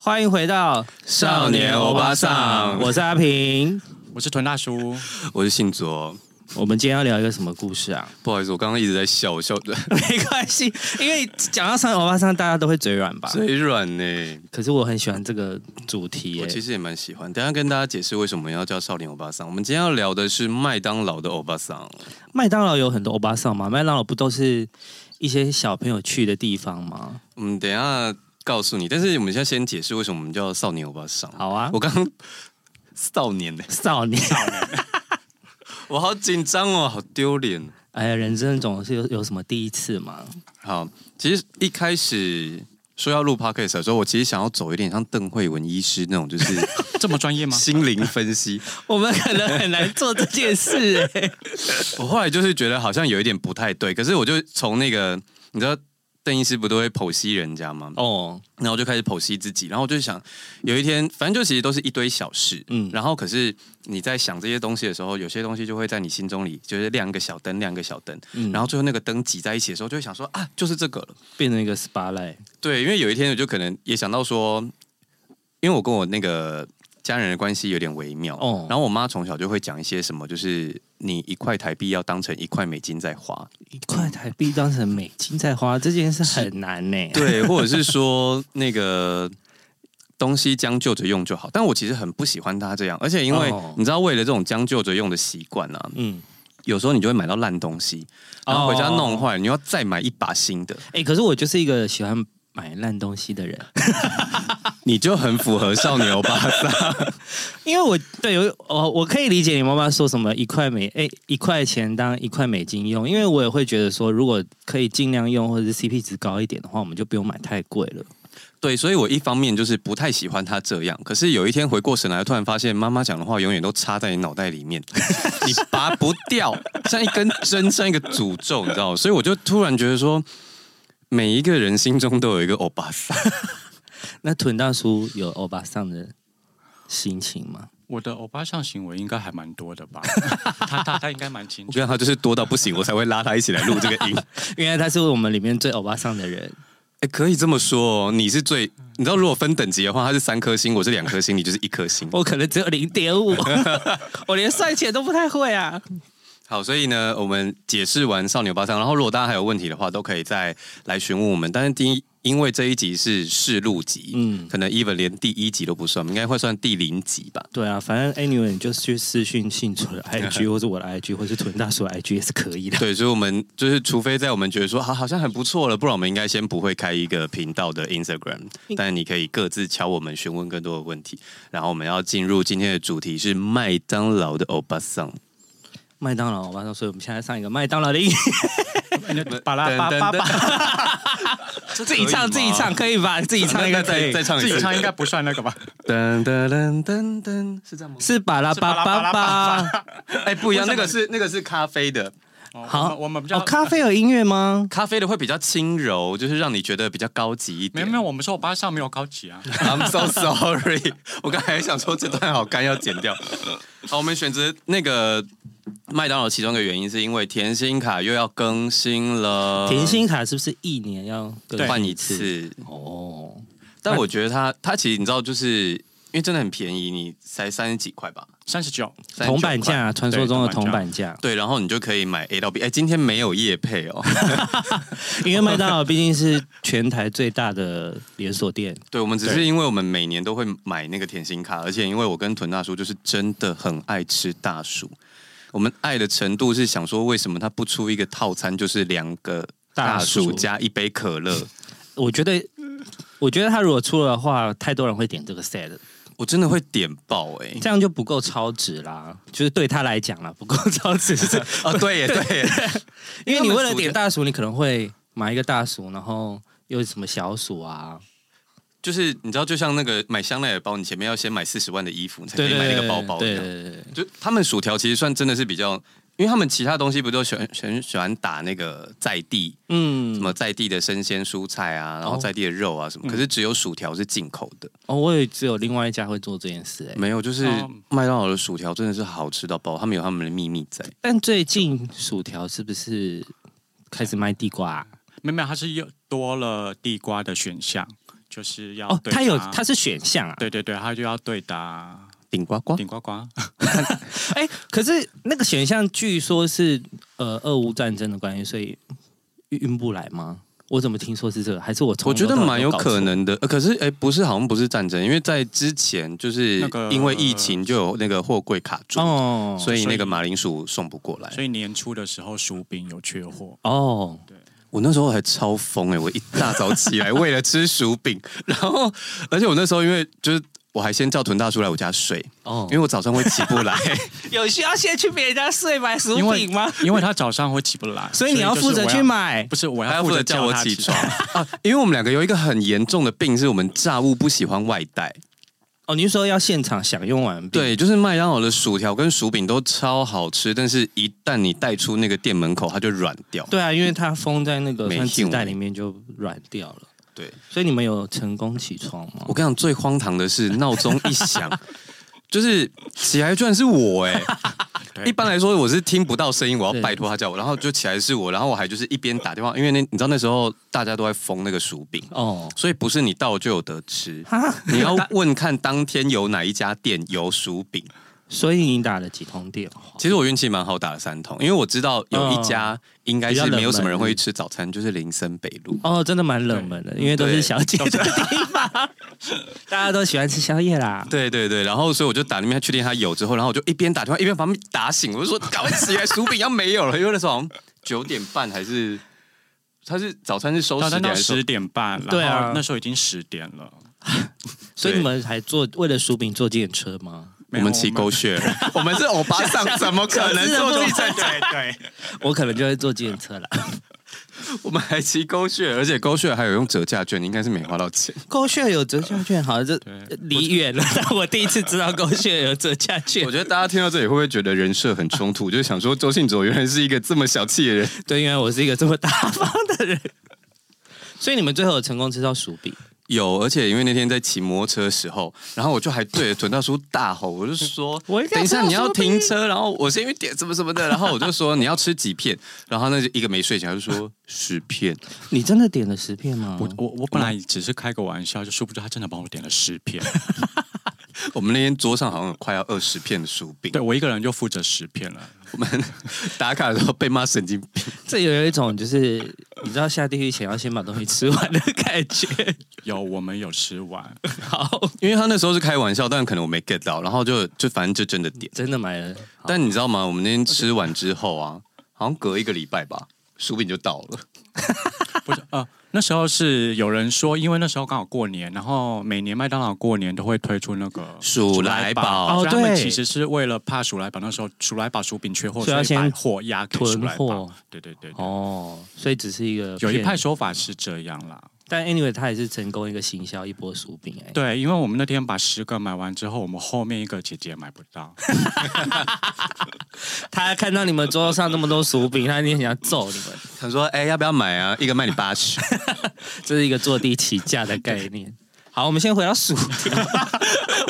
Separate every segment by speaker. Speaker 1: 欢迎回到
Speaker 2: 少年欧巴桑
Speaker 1: 我是阿平。
Speaker 2: 我是屯大叔，
Speaker 3: 我是信卓，
Speaker 1: 我们今天要聊一个什么故事啊？
Speaker 3: 不好意思，我刚刚一直在笑，我笑 的
Speaker 1: 没关系，因为讲到少年欧巴桑，大家都会嘴软吧？
Speaker 3: 嘴软 呢、
Speaker 1: 可是我很喜欢这个主题耶、
Speaker 3: 我其实也蛮喜欢。等一下跟大家解释为什么要叫少年欧巴桑。我们今天要聊的是麦当劳的欧巴桑，
Speaker 1: 麦当劳有很多欧巴桑嘛，麦当劳不都是一些小朋友去的地方吗？
Speaker 3: 嗯，等一下告诉你。但是我们现在先解释为什么我们叫少年欧巴桑。
Speaker 1: 好啊
Speaker 3: 我刚刚少年呢、
Speaker 1: 少年，
Speaker 3: 我好紧张哦，好丢脸。
Speaker 1: 哎呀，人生总是有有什么第一次嘛？
Speaker 3: 好，其实一开始说要录 podcast 的时候，我其实想要走一点像邓慧文医师那种，就是
Speaker 2: 这么专业吗？
Speaker 3: 心灵分析。
Speaker 1: 我们可能很难做这件事、哎，
Speaker 3: 我后来就是觉得好像有一点不太对，可是我就从那个你知道邓医师不都会剖析人家吗？
Speaker 1: 哦，
Speaker 3: 然后我就开始剖析自己，然后我就想有一天，反正就其实都是一堆小事，
Speaker 1: 嗯
Speaker 3: 嗯，然后可是你在想这些东西的时候，有些东西就会在你心中里就是亮一个小灯，亮一个小灯，
Speaker 1: 嗯
Speaker 3: 然后最后那个灯挤在一起的时候，就会想说啊，就是这个了。
Speaker 1: 变成一个 SPA 嘞，
Speaker 3: 对，因为有一天我就可能也想到说，因为我跟我那个家人的关系有点微妙，
Speaker 1: 哦
Speaker 3: 哦，然后我妈从小就会讲一些什么，就是你一块台币要当成一块美金在花，
Speaker 1: 一块台币当成美金在花，这件事很难呢、
Speaker 3: 对，或者是说那个东西将就着用就好。但我其实很不喜欢他这样，而且因为
Speaker 1: 哦
Speaker 3: 你知道，为了这种将就着用的习惯啊，
Speaker 1: 嗯，
Speaker 3: 有时候你就会买到烂东西，然后回家弄坏，你要再买一把新的，
Speaker 1: 哎、可是我就是一个喜欢买烂东西的人，
Speaker 3: 你就很符合少年欧巴桑。
Speaker 1: 因为我对有哦我我可以理解你妈妈说什么一块美哎、一块钱当一块美金用，因为我也会觉得说，如果可以尽量用或者是 CP 值高一点的话，我们就不用买太贵了。
Speaker 3: 对，所以我一方面就是不太喜欢他这样，可是有一天回过神来，突然发现妈妈讲的话永远都插在你脑袋里面， 你拔不掉，像一根针，像一个诅咒，你知道吗？所以我就突然觉得说，每一个人心中都有一个欧巴桑。
Speaker 1: 那屯大叔有欧巴桑的心情吗？
Speaker 2: 我的欧巴上行为应该还蛮多 的吧？他他他应该蛮清
Speaker 3: 我
Speaker 2: 楚。
Speaker 3: 觉得他就是多到不行，我才会拉他一起来录这个音。
Speaker 1: 原来他是我们里面最欧巴桑的人。
Speaker 3: 哎，可以这么说哦，你是最，你知道，如果分等级的话，他是三颗星，我是两颗星，你就是一颗星。
Speaker 1: 我可能只有零点 五，我连算钱都不太会啊。
Speaker 3: 好，所以呢，我们解释完少女巴桑，然后如果大家还有问题的话，都可以再来询问我们。但是第一，因为这一集是试录集，
Speaker 1: 嗯
Speaker 3: 嗯，可能 even 连第一集都不算，我们应该会算第零集 吧。
Speaker 1: 对啊，反正 anyway 你就去私讯信主的 IG 或者我的 IG 或是屯大叔的 IG 也是可以的。
Speaker 3: 对，所以我们就是，除非在我们觉得说啊好好像很不错了，不然我们应该先不会开一个频道的 Instagram。但
Speaker 2: 嗯
Speaker 3: 你可以各自敲我们询问更多的问题。然后我们要进入今天的主题是麦当劳的欧巴桑。
Speaker 1: 麦当劳，晚上，所以我们现在上一个麦当劳 的音乐，
Speaker 2: 巴拉巴巴巴，
Speaker 1: 自己唱自己唱可以吧？自己唱一个可
Speaker 3: 再
Speaker 1: 以
Speaker 3: 再。唱一
Speaker 2: 自己
Speaker 3: 次，
Speaker 2: 唱应该不算那个吧？
Speaker 3: 噔噔噔噔噔，是这样吗？
Speaker 1: 是巴拉巴巴巴，
Speaker 3: 哎，不一样，那个是那个是咖啡的，
Speaker 1: 好，
Speaker 2: 我们比较
Speaker 1: 哦，咖啡有音乐吗？
Speaker 3: 咖啡的会比较轻柔，就是让你觉得比较高级一
Speaker 2: 没
Speaker 3: 点。
Speaker 2: 有没有，我们说欧巴上没有高级啊。
Speaker 3: I'm so sorry，我 刚才想说这段好干，要剪掉。 好，我们选择那个麦当劳，其中一个原因是因为甜心卡又要更新了，
Speaker 1: 甜心卡是不是一年要更
Speaker 3: 换
Speaker 1: 呃换
Speaker 3: 一
Speaker 1: 一次？
Speaker 3: 次，
Speaker 1: 哦，
Speaker 3: 但我觉得它它其实你知道，就是因为真的很便宜，你才三十几块吧，
Speaker 2: 三十九，
Speaker 3: 39
Speaker 1: 铜板
Speaker 3: 块。
Speaker 1: 价，传说中的
Speaker 2: 铜
Speaker 1: 铜
Speaker 2: 板
Speaker 1: 板价。
Speaker 3: 对，然后你就可以买 A 到 B。哎，今天没有夜配哦。
Speaker 1: 因为麦当劳毕竟是全台最大的连锁店，
Speaker 3: 对，我们只
Speaker 2: 对
Speaker 3: 是因为我们每年都会买那个甜心卡，而且因为我跟屯大叔就是真的很爱吃大薯，我们爱的程度是想说，为什么他不出一个套餐，就是两个
Speaker 1: 大
Speaker 3: 大
Speaker 1: 薯
Speaker 3: 薯加一杯可乐？
Speaker 1: 我觉得，我觉得他如果出了的话，太多人会点这个 set，了
Speaker 3: 我真的会点爆 哎、欸！
Speaker 1: 这样就不够超值啦。就是对他来讲啦，不够超值，是
Speaker 3: 哦，对耶，对耶，
Speaker 1: 因为你为了
Speaker 3: 薯条
Speaker 1: 点大薯，你可能会买一个大薯，然后又什么小薯啊，
Speaker 3: 就是你知道，就像那个买香奈儿包，你前面要先买四十万的衣服，你才可
Speaker 1: 对
Speaker 3: 以
Speaker 1: 对
Speaker 3: 买
Speaker 1: 对，
Speaker 3: 那个包包一
Speaker 1: 对
Speaker 3: 样。
Speaker 1: 对对对。
Speaker 3: 就他们薯条其实算真的是比较，因为他们其他东西不都喜欢喜欢喜欢打那个在地什
Speaker 1: 嗯，
Speaker 3: 么在地的生鲜蔬菜啊，
Speaker 2: 哦
Speaker 3: 然后在地的肉啊什么，可是
Speaker 2: 嗯
Speaker 3: 只有薯条是进口的，
Speaker 1: 哦，我也只有另外一家会做这件事哎、
Speaker 3: 没有，就是
Speaker 2: 哦
Speaker 3: 麦当劳的薯条真的是好吃到爆，他们有他们的秘密在。
Speaker 1: 但最近薯条是不是开始卖地瓜啊、
Speaker 2: 没有没有，它是又多了地瓜的选项，就是要
Speaker 1: 哦，
Speaker 2: 对
Speaker 1: 它有
Speaker 2: 答
Speaker 1: 它是选项啊。
Speaker 2: 对对对，他就要对答
Speaker 3: 顶呱
Speaker 1: 哦
Speaker 3: 呱，
Speaker 2: 顶呱呱。
Speaker 1: 哎、可是那个选项据说是呃俄乌战争的关系，所以运不来吗？我怎么听说是这个？还是我从
Speaker 3: 我
Speaker 1: 头
Speaker 3: 觉得
Speaker 1: 到尾都
Speaker 3: 蛮有
Speaker 1: 搞
Speaker 3: 可
Speaker 1: 错
Speaker 3: 能的。呃可是哎、不是，好像不是战争，因为在之前就是
Speaker 2: 那个
Speaker 3: 因为疫情就有那个货柜卡住，
Speaker 1: 哦，
Speaker 3: 所以那
Speaker 2: 所
Speaker 3: 个
Speaker 2: 以
Speaker 3: 马铃薯送不过来。
Speaker 2: 所以年初的时候，薯饼有缺货，
Speaker 1: 哦，
Speaker 3: 我那时候还超疯哎、我一大早起来为了吃薯饼，然后而且我那时候因为就是我还先叫屯大叔来我家睡，
Speaker 1: 哦
Speaker 3: 因为我早上会起不来。
Speaker 1: 有需要先去别人家睡买薯
Speaker 2: 因为
Speaker 1: 饼吗？
Speaker 2: 因为他早上会起不来，
Speaker 1: 所以你要
Speaker 2: 就是
Speaker 1: 负责
Speaker 2: 我
Speaker 1: 去，买
Speaker 2: 不是我
Speaker 3: 还要
Speaker 2: 负
Speaker 3: 负
Speaker 2: 责
Speaker 3: 责叫我
Speaker 2: 他
Speaker 3: 起
Speaker 2: 床
Speaker 3: 床 啊！因为我们两个有一个很严重的病，是我们炸物不喜欢外带。
Speaker 1: 哦。你是说要现场享用完毕？
Speaker 3: 对，就是麦当劳的薯条跟薯饼都超好吃，但是一旦你带出那个店门口，它就软掉。
Speaker 1: 对啊，因为它封在那个
Speaker 3: 没
Speaker 1: 算纸
Speaker 3: 兴
Speaker 1: 袋
Speaker 3: 味
Speaker 1: 里面就软掉了。
Speaker 3: 对，
Speaker 1: 所以你们有成功起床吗
Speaker 3: 我？跟你讲，最荒唐的 是闹钟一响，就是起来居然是我 哎、
Speaker 2: 对
Speaker 3: 一般来说我是听不到声音，我
Speaker 1: 对
Speaker 3: 要拜托他叫我，然后就起来是我，然后我还就是一边打电话，因为那你知道那时候大家都在封那个薯饼，
Speaker 1: 哦，
Speaker 3: 所以不是你到就有得吃， 你
Speaker 1: 啊
Speaker 3: 要问看当天有哪一家店有薯饼。
Speaker 1: 所以你打了几通电话？
Speaker 3: 其实我运气蛮好，打了三通，因为我知道有一家应该是没有什么人会去吃早餐，就是林森北路。
Speaker 1: 哦，真的蛮冷门的，因为都是
Speaker 3: 对
Speaker 1: 小姐的地方， 大家都喜欢吃宵夜啦。
Speaker 3: 对对对，然后所以我就打那边确定他有之后，然后我就一边打电话一边把他们打醒，我就说赶快起来，薯饼要没有了，因为那时候好像九点半还是他是早餐是收
Speaker 2: 早
Speaker 3: 十
Speaker 2: 上
Speaker 3: 点
Speaker 2: 到
Speaker 3: 还是收
Speaker 2: 十点半，
Speaker 1: 对啊
Speaker 2: 然后那时候已经十点了。
Speaker 1: 所以你们还坐为了薯饼坐电车吗？
Speaker 3: 我们骑狗血， 我们是欧巴桑， 怎么可能 坐计程车？
Speaker 2: 对对，
Speaker 1: 我可能就会坐电车 啦。
Speaker 3: 我们还 骑狗血，而且狗血还有用折价券，应该是没花到钱。
Speaker 1: 狗血有折价券，好，这
Speaker 2: 对
Speaker 1: 离远了。但我第一次知道狗血有折价券
Speaker 3: 我，觉得大家听到这里会不会觉得人设很冲突？ 就是想说周信哲原来是一个这么小气的人。
Speaker 1: 对，因为我是一个这么大方的人。所以你们最后有成功吃到薯饼，：“
Speaker 3: 有，而且因为那天在骑摩托车的时候，然后我就还对着屯大叔大吼，我就说
Speaker 1: 我一定要
Speaker 3: 等一下你要
Speaker 1: 吃到薯饼
Speaker 3: 停车，然后我先去点什么什么的。”然后我就说：“你要吃几片？”然后那就一个没睡醒，他就说：“十片。
Speaker 1: 你真的点了十片吗？
Speaker 2: 我我我本来只是开个玩笑，就殊不知他真的帮我点了十片，”
Speaker 3: 我们那天桌上好像有快要二十片的薯饼
Speaker 2: 对，我一个人就负责十片了。
Speaker 3: 我们 打卡的时候被骂神经病。
Speaker 1: 这有一种就是你知道下地狱前要先把东西吃完的感觉。
Speaker 2: 有我们有吃完，
Speaker 1: 好，
Speaker 3: 因为他那时候是开玩笑，但可能我没 get 到，然后就就反正就真的点。
Speaker 1: 真的买了，
Speaker 3: 但你知道吗？我们那天吃完之后啊，好像隔一个礼拜吧，薯饼就到了。
Speaker 2: 不是呃，那时候是有人说，因为那时候刚好过年，然后每年麦当劳过年都会推出那个
Speaker 3: 鼠来
Speaker 1: 哦
Speaker 3: 宝
Speaker 2: 所以他们
Speaker 1: 对
Speaker 2: 其实是为了怕鼠来宝，那时候鼠来宝薯饼缺货，
Speaker 1: 所以要
Speaker 2: 所以
Speaker 1: 先
Speaker 2: 把货压给鼠
Speaker 1: 囤
Speaker 2: 来宝
Speaker 1: 货。
Speaker 2: 对对对，对
Speaker 1: 哦，所以只是一个
Speaker 2: 有一
Speaker 1: 骗
Speaker 2: 派说法是这样啦，
Speaker 1: 但 anyway，它也是成功一个行销一波薯饼哎、
Speaker 2: 对，因为我们那天把十个买完之后，我们后面一个姐姐买不到，
Speaker 1: 他看到你们桌上那么多薯饼，他一定很想揍你们。
Speaker 3: 他说：“哎、要不要买啊？一个卖你八十。”
Speaker 1: 这是一个坐地起价的概念。 好，我们先回到薯 条。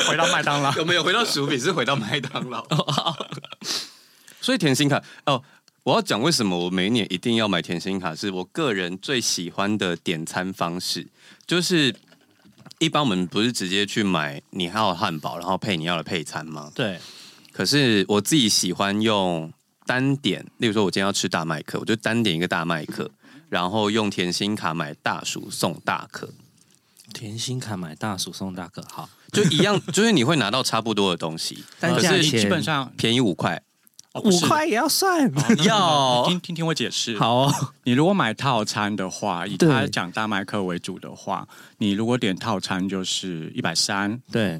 Speaker 2: 回到麦当劳。
Speaker 3: 我们 有回到薯饼，是回到麦当 劳。所以甜心卡哦，我要讲为什么我每一年一定要买甜心卡，是我个人最喜欢的点餐方式，就是。一般我们不是直接去买你要的汉堡，然后配你要的配餐 吗？
Speaker 1: 对，
Speaker 3: 可是我自己喜欢用单点，例如说我今天要吃大麦克，我就单点一个大麦克，然后用甜心卡买大薯送大可。
Speaker 1: 甜心卡买大薯送大哥，好，
Speaker 3: 就一 样，就是你会拿到差不多的东西，
Speaker 1: 但
Speaker 3: 可
Speaker 1: 价
Speaker 3: 是
Speaker 1: 钱
Speaker 2: 基本上
Speaker 3: 便宜五块。
Speaker 2: 哦不
Speaker 1: 五
Speaker 2: 是
Speaker 1: 块也要算。
Speaker 2: 哦 那
Speaker 3: 要
Speaker 2: 听听听我解释。，
Speaker 1: 好哦，
Speaker 2: 你如果买套餐的话，以
Speaker 1: 对
Speaker 2: 他讲大麦克为主的话，你如果点套餐就是一百三，
Speaker 1: 对，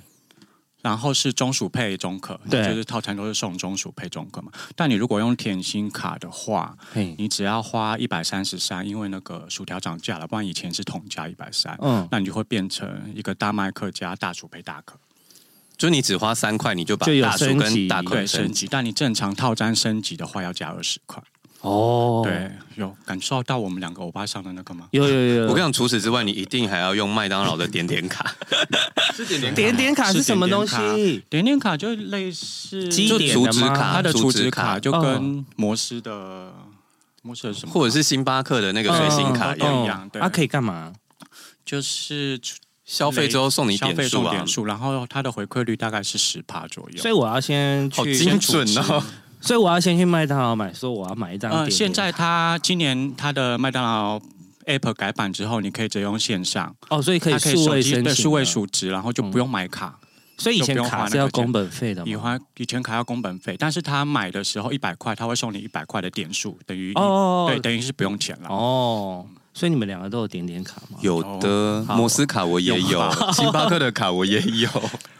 Speaker 2: 然后是中薯配中可，
Speaker 1: 对
Speaker 2: 就是套餐都是送中薯配中可嘛。但你如果用甜心卡的话，
Speaker 1: 嘿，
Speaker 2: 你只要花一百三十三，因为那个薯条涨价了，不然以前是统价一百三，
Speaker 1: 嗯，
Speaker 2: 那你就会变成一个大麦克加大薯配大可。
Speaker 3: 就你只花三块，你就把
Speaker 1: 就有
Speaker 3: 大叔
Speaker 1: 升级
Speaker 3: 跟大
Speaker 2: 对，
Speaker 3: 款
Speaker 2: 升
Speaker 3: 升级。
Speaker 2: 级，但你正常套餐升级的话要加二十块。
Speaker 1: 哦，
Speaker 2: 对，有感受到我们两个欧巴上的那个吗？
Speaker 1: 有，有有有。
Speaker 3: 我跟你讲，除此之外，你一定还要用麦当劳的点点卡，是点点
Speaker 1: 点点卡是什么东西？
Speaker 2: 点点卡就类似
Speaker 1: 基
Speaker 3: 就
Speaker 1: 点
Speaker 3: 储
Speaker 1: 的
Speaker 3: 值
Speaker 1: 吗
Speaker 3: 卡，
Speaker 2: 它的储值卡，
Speaker 3: 卡，
Speaker 2: 就跟摩斯的摩斯的什么，
Speaker 3: 或者是星巴克的那个
Speaker 1: 嗯
Speaker 3: 随心卡
Speaker 2: 嗯
Speaker 3: 一样。
Speaker 2: 一样对
Speaker 1: 它可以干嘛？
Speaker 2: 就是储
Speaker 3: 消费之后送你
Speaker 2: 消
Speaker 3: 点
Speaker 2: 费
Speaker 3: 数
Speaker 2: 送
Speaker 3: 啊
Speaker 2: 点，数，然后它的回馈率大概是十趴左右。
Speaker 1: 所以我要先
Speaker 3: 好
Speaker 1: 去，
Speaker 3: 精准哦。
Speaker 1: 所以我要先去麦当劳买，说我要买一张点
Speaker 2: 呃，
Speaker 1: 点。
Speaker 2: 现在它今年它的麦当劳 App 改版之后，你可以直接用线上，
Speaker 1: 哦，所以可
Speaker 2: 它
Speaker 1: 以
Speaker 2: 可以
Speaker 1: 数
Speaker 2: 手
Speaker 1: 位
Speaker 2: 机
Speaker 1: 申
Speaker 2: 对
Speaker 1: 请，啊
Speaker 2: 数位，数值，然后就不用买卡。
Speaker 1: 所以以前
Speaker 2: 就不用花
Speaker 1: 卡
Speaker 2: 那
Speaker 1: 是要
Speaker 2: 个钱
Speaker 1: 工本费的
Speaker 2: 以
Speaker 1: 嘛。
Speaker 2: 前以前卡要工本费，但是他买的时候一百块，他会送你一百块的点数，等于
Speaker 1: 哦
Speaker 2: 对，等于是不用钱了。
Speaker 1: 哦，所以你们两个都有点点卡吗？
Speaker 3: 有的
Speaker 1: 好
Speaker 3: 摩斯卡我也有，星巴克的卡我也有。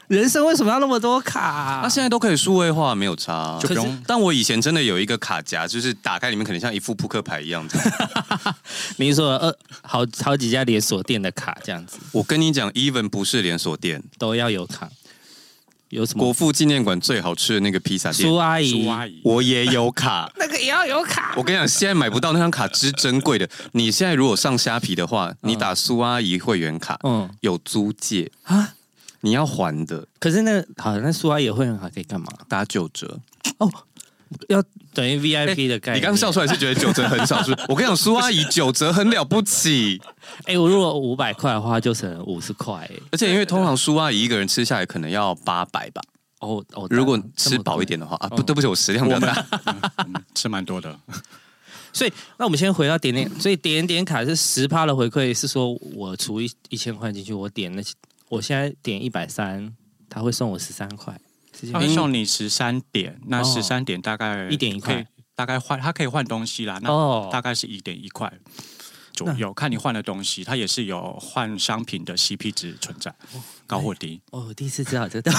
Speaker 1: 人生为什么要那么多卡、
Speaker 3: 那啊现在都可以数位化，没有差啊。
Speaker 2: 啊就不
Speaker 1: 可是
Speaker 2: 用
Speaker 3: 但我以前真的有一个卡夹，就是打开里面可能像一副扑克牌一样 的。
Speaker 1: 你说呃，好好几家连锁店的卡这样子
Speaker 3: 我跟你讲，even 不是连锁店，
Speaker 1: 都要有卡，有什
Speaker 3: 国
Speaker 1: 么？
Speaker 3: 父纪念馆最好吃的那个披萨
Speaker 1: 苏
Speaker 3: 店，
Speaker 1: 阿姨，
Speaker 2: 苏阿姨，
Speaker 3: 我也有卡。
Speaker 1: 那个也要有卡
Speaker 3: 我跟你讲，现在买不到那张卡之珍贵的。你现在如果上虾皮的话，你打苏阿姨会员卡，
Speaker 1: 嗯
Speaker 3: 有租借，
Speaker 1: 啊，
Speaker 3: 你要还的，
Speaker 1: 可是那好，那苏阿姨会很好，可以干嘛？
Speaker 3: 打九折。
Speaker 1: 要等于 VIP 的概念。
Speaker 3: 你刚笑出来是觉得九折很少， 是不是？我跟你讲，苏阿姨九折很了不起，
Speaker 1: 哎、我如果五百块的话，就省五十块。哎
Speaker 3: 而且因为通常苏阿姨一个人吃下来可能要八百吧，
Speaker 1: 哦哦，
Speaker 3: 如果吃饱一点的话啊，不，对不起，我食量比较大。
Speaker 2: 嗯吃蛮多的，
Speaker 1: 所以，那我们先回到点点，所以点点卡是十趴的回馈，是说我除一一千块进去，我点那些，我现在点一百三，他会送我十三块，是这样
Speaker 2: 他会
Speaker 1: 吗
Speaker 2: 送你十三点，那
Speaker 1: 哦
Speaker 2: 十三点大概
Speaker 1: 一点一块
Speaker 2: 可以，大概换它可以换东西啦，那
Speaker 1: 哦，
Speaker 2: 啊大概是一点一块。左右看你换的东西，它也是有换商品的 CP 值存在，高或低。
Speaker 1: 哦，我第一次知道这个，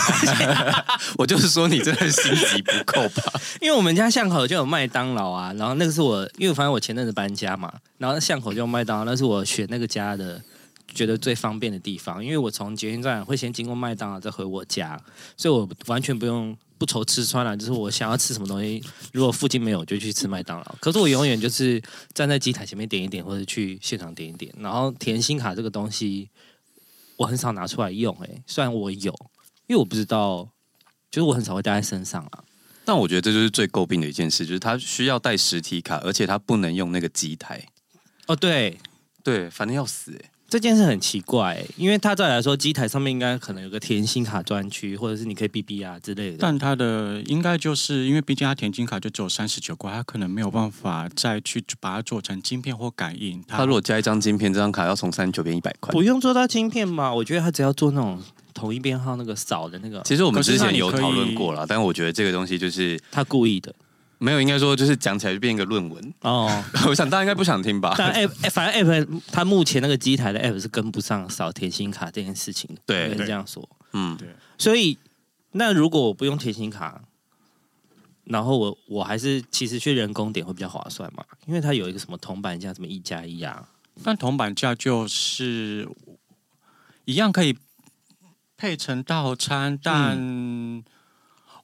Speaker 3: 我就是说你真的心急不够吧？
Speaker 1: 因为我们家巷口就有麦当劳啊，然后那个是我，因为反正我前阵子搬家嘛，然后巷口就有麦当劳，那是我选那个家的觉得最方便的地方，因为我从捷运站会先经过麦当劳，再回我家，所以我完全不用不愁吃穿了，就是我想要吃什么东西，如果附近没有，我就去吃麦当劳。可是我永远就是站在机台前面点一点，或者去现场点一点，然后甜心卡这个东西我很少拿出来用、欸，哎，虽然我有，因为我不知道，就是我很少会带在身上啊。
Speaker 3: 但我觉得这就是最诟病的一件事，就是他需要带实体卡，而且他不能用那个机台。
Speaker 1: 哦，对，
Speaker 3: 对，反正要死、欸。
Speaker 1: 这件事很奇怪、因为它照理来说，机台上面应该可能有个甜心卡专区，或者是你可以 B B 啊之类的。
Speaker 2: 但它的应该就是因为毕竟它甜金卡就只有三十九块，它可能没有办法再去把它做成晶片或感应。
Speaker 3: 他如果加一张晶片，这张卡要从三十九变一百块。
Speaker 1: 不用做到晶片嘛，我觉得它只要做那种同一编号那个扫的那个，
Speaker 3: 其实我们
Speaker 2: 可是
Speaker 3: 之
Speaker 2: 那
Speaker 3: 前
Speaker 2: 你
Speaker 3: 有
Speaker 2: 可以
Speaker 3: 讨论过了，但我觉得这个东西就是
Speaker 1: 他故意的
Speaker 3: 没有，应该说就是讲起来就变一个论文。
Speaker 1: 哦。
Speaker 3: 我想大家应该不想听吧？
Speaker 1: 但 app 哎反正 app 它目前那个机台的 app 是跟不上扫甜心卡这件事情的，
Speaker 3: 对
Speaker 1: 应该是
Speaker 2: 对
Speaker 1: 这样说。
Speaker 3: 嗯，
Speaker 1: 所以那如果我不用甜心卡，然后我我还是其实去人工点会比较划算嘛，因为它有一个什么铜板价，什么一加一啊，
Speaker 2: 但铜板价就是一样可以配成套餐，但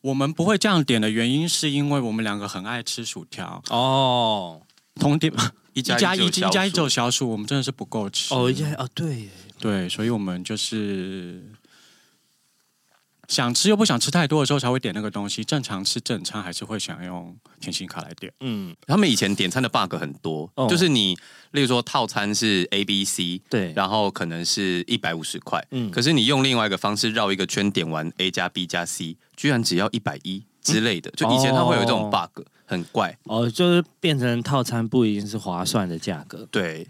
Speaker 2: 我们不会这样点的原因是因为我们两个很爱吃薯条，
Speaker 1: 哦
Speaker 2: 同点
Speaker 3: 一
Speaker 2: 一加一
Speaker 3: 只有
Speaker 2: 一加一只
Speaker 3: 小
Speaker 2: 有小薯，我们真的是不够吃。
Speaker 1: 哦一加一哦对耶。
Speaker 2: 对，所以我们就是想吃又不想吃太多的时候才会点那个东西。正常吃正餐还是会想用甜心卡来点。
Speaker 1: 嗯
Speaker 3: 他们以前点餐的 bug 很多，
Speaker 1: 哦
Speaker 3: 就是你，例如说套餐是 A、B、C，，
Speaker 1: 对，
Speaker 3: 然后可能是一百五十块，
Speaker 1: 嗯
Speaker 3: 可是你用另外一个方式绕一个圈点完 A 加 B 加 C，居然只要一百一之类的，就以前它会有这种 bug，、很怪。
Speaker 1: 哦，就是变成套餐不一定是划算的价格。
Speaker 3: 对，